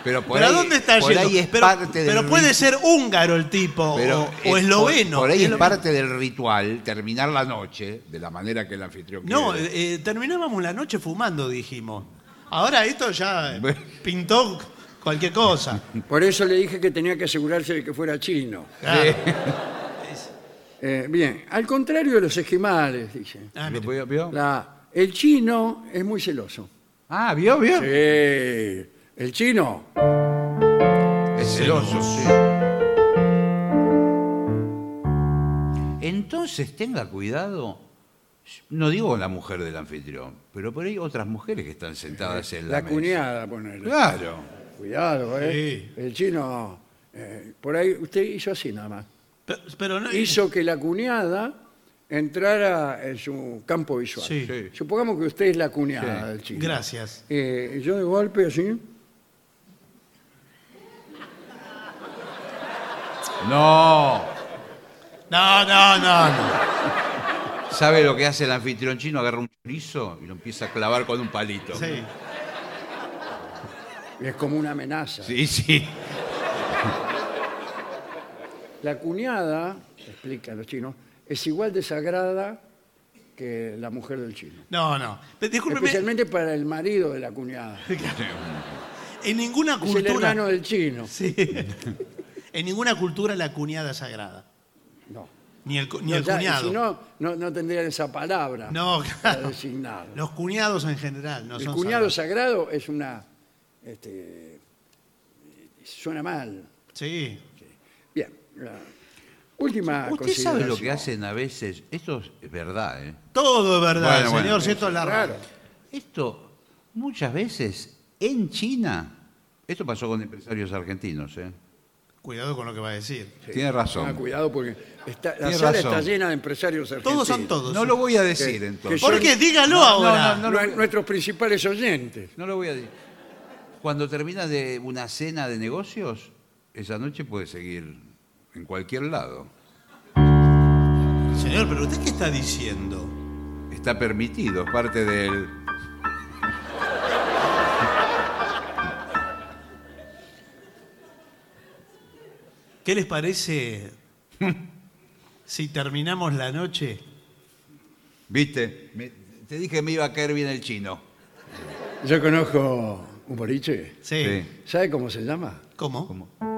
[SPEAKER 2] Pero, por
[SPEAKER 3] ¿Pero
[SPEAKER 2] ahí-
[SPEAKER 3] a dónde está
[SPEAKER 2] por
[SPEAKER 3] yendo?
[SPEAKER 2] ahí es
[SPEAKER 3] pero
[SPEAKER 2] parte del
[SPEAKER 3] pero
[SPEAKER 2] rit-
[SPEAKER 3] puede ser húngaro el tipo
[SPEAKER 2] pero
[SPEAKER 3] o, o
[SPEAKER 2] es-
[SPEAKER 3] esloveno.
[SPEAKER 2] Por, por ahí
[SPEAKER 3] Es
[SPEAKER 2] es
[SPEAKER 3] lo-
[SPEAKER 2] parte del ritual terminar la noche de la manera que el anfitrión
[SPEAKER 3] No,
[SPEAKER 2] quiere.
[SPEAKER 3] eh, eh, terminábamos la noche fumando, dijimos. Ahora esto
[SPEAKER 2] *laughs*
[SPEAKER 3] ya eh,
[SPEAKER 2] Bueno.
[SPEAKER 3] pintó cualquier cosa.
[SPEAKER 1] Por eso le dije que tenía que asegurarse de que fuera chino.
[SPEAKER 3] Claro.
[SPEAKER 1] Eh, bien, al contrario de los esquimales, dice.
[SPEAKER 3] Ah,
[SPEAKER 2] ¿Lo
[SPEAKER 3] mire.
[SPEAKER 2] vio, vio?
[SPEAKER 1] La- el chino es muy celoso.
[SPEAKER 2] Ah, ¿vio, vio?
[SPEAKER 1] Sí, el chino
[SPEAKER 2] Es celoso, sí. Entonces tenga cuidado, no digo la mujer del anfitrión, pero por ahí otras mujeres que están sentadas en Eh, la,
[SPEAKER 1] La
[SPEAKER 2] mesa. Ah.
[SPEAKER 1] cuñada, ponele.
[SPEAKER 2] Claro.
[SPEAKER 1] Cuidado, ¿eh? El chino. eh, por ahí, usted hizo así nada más.
[SPEAKER 3] Pero, pero no, eh,
[SPEAKER 1] Hizo que la cuñada entrara en su campo visual.
[SPEAKER 3] Sí.
[SPEAKER 2] Sí.
[SPEAKER 1] Supongamos que usted es la cuñada
[SPEAKER 2] Sí.
[SPEAKER 1] del chino.
[SPEAKER 3] Gracias.
[SPEAKER 1] Eh, yo de golpe así.
[SPEAKER 2] No.
[SPEAKER 3] No, no, no, no.
[SPEAKER 2] ¿Sabe lo que hace el anfitrión chino? Agarra un chorizo y lo empieza a clavar con un palito.
[SPEAKER 3] Sí.
[SPEAKER 1] Es como una amenaza.
[SPEAKER 2] sí. sí.
[SPEAKER 1] La cuñada, explican los chinos, es igual de sagrada que la mujer del chino.
[SPEAKER 3] No, no. Pero Discúlpeme,
[SPEAKER 1] Especialmente para el marido de la cuñada.
[SPEAKER 3] en ninguna
[SPEAKER 1] Es el
[SPEAKER 3] cultura.
[SPEAKER 1] hermano del chino.
[SPEAKER 3] Sí. *laughs* en ninguna cultura la cuñada es sagrada.
[SPEAKER 1] No.
[SPEAKER 3] Ni el, cu- ni
[SPEAKER 1] No,
[SPEAKER 3] el
[SPEAKER 1] ya,
[SPEAKER 3] cuñado.
[SPEAKER 1] Si no, no, no tendrían esa palabra.
[SPEAKER 3] No,
[SPEAKER 1] para
[SPEAKER 3] claro.
[SPEAKER 1] designar.
[SPEAKER 3] Los cuñados en general no
[SPEAKER 1] el
[SPEAKER 3] son
[SPEAKER 1] cuñado
[SPEAKER 3] sagrados.
[SPEAKER 1] sagrado es una. este, suena mal.
[SPEAKER 3] Sí.
[SPEAKER 1] Bien. la última
[SPEAKER 2] ¿Usted sabe lo
[SPEAKER 1] consideración.
[SPEAKER 2] que hacen a veces? Esto es verdad, ¿eh?
[SPEAKER 3] Todo es verdad,
[SPEAKER 2] Bueno,
[SPEAKER 3] señor,
[SPEAKER 2] bueno.
[SPEAKER 3] si esto es la
[SPEAKER 1] Claro.
[SPEAKER 3] rara.
[SPEAKER 2] Esto muchas veces en China, esto pasó con empresarios argentinos, ¿eh?
[SPEAKER 3] Cuidado con lo que va a decir.
[SPEAKER 2] Tiene
[SPEAKER 1] Ah,
[SPEAKER 2] razón.
[SPEAKER 1] cuidado porque está- la
[SPEAKER 2] Tiene
[SPEAKER 1] sala
[SPEAKER 2] razón.
[SPEAKER 1] está llena de empresarios argentinos.
[SPEAKER 3] Todos son todos.
[SPEAKER 2] No lo voy a decir
[SPEAKER 1] Que-
[SPEAKER 2] entonces.
[SPEAKER 1] que yo-
[SPEAKER 3] ¿Por qué? Dígalo ahora.
[SPEAKER 2] no, no,
[SPEAKER 1] Nue- Nuestros principales oyentes.
[SPEAKER 2] No lo voy a decir. Cuando termina de una cena de negocios, esa noche puede seguir en cualquier lado.
[SPEAKER 3] Señor, pero usted qué está diciendo?
[SPEAKER 2] Está permitido, es parte del...
[SPEAKER 3] ¿Qué
[SPEAKER 2] *laughs*
[SPEAKER 3] les parece si terminamos la noche?
[SPEAKER 2] ¿Viste? Me- te dije que me iba a caer bien el chino.
[SPEAKER 1] Yo conozco un boliche.
[SPEAKER 3] Sí.
[SPEAKER 2] Sí.
[SPEAKER 1] ¿Sabe cómo se llama?
[SPEAKER 3] ¿Cómo?
[SPEAKER 2] ¿Cómo? *laughs*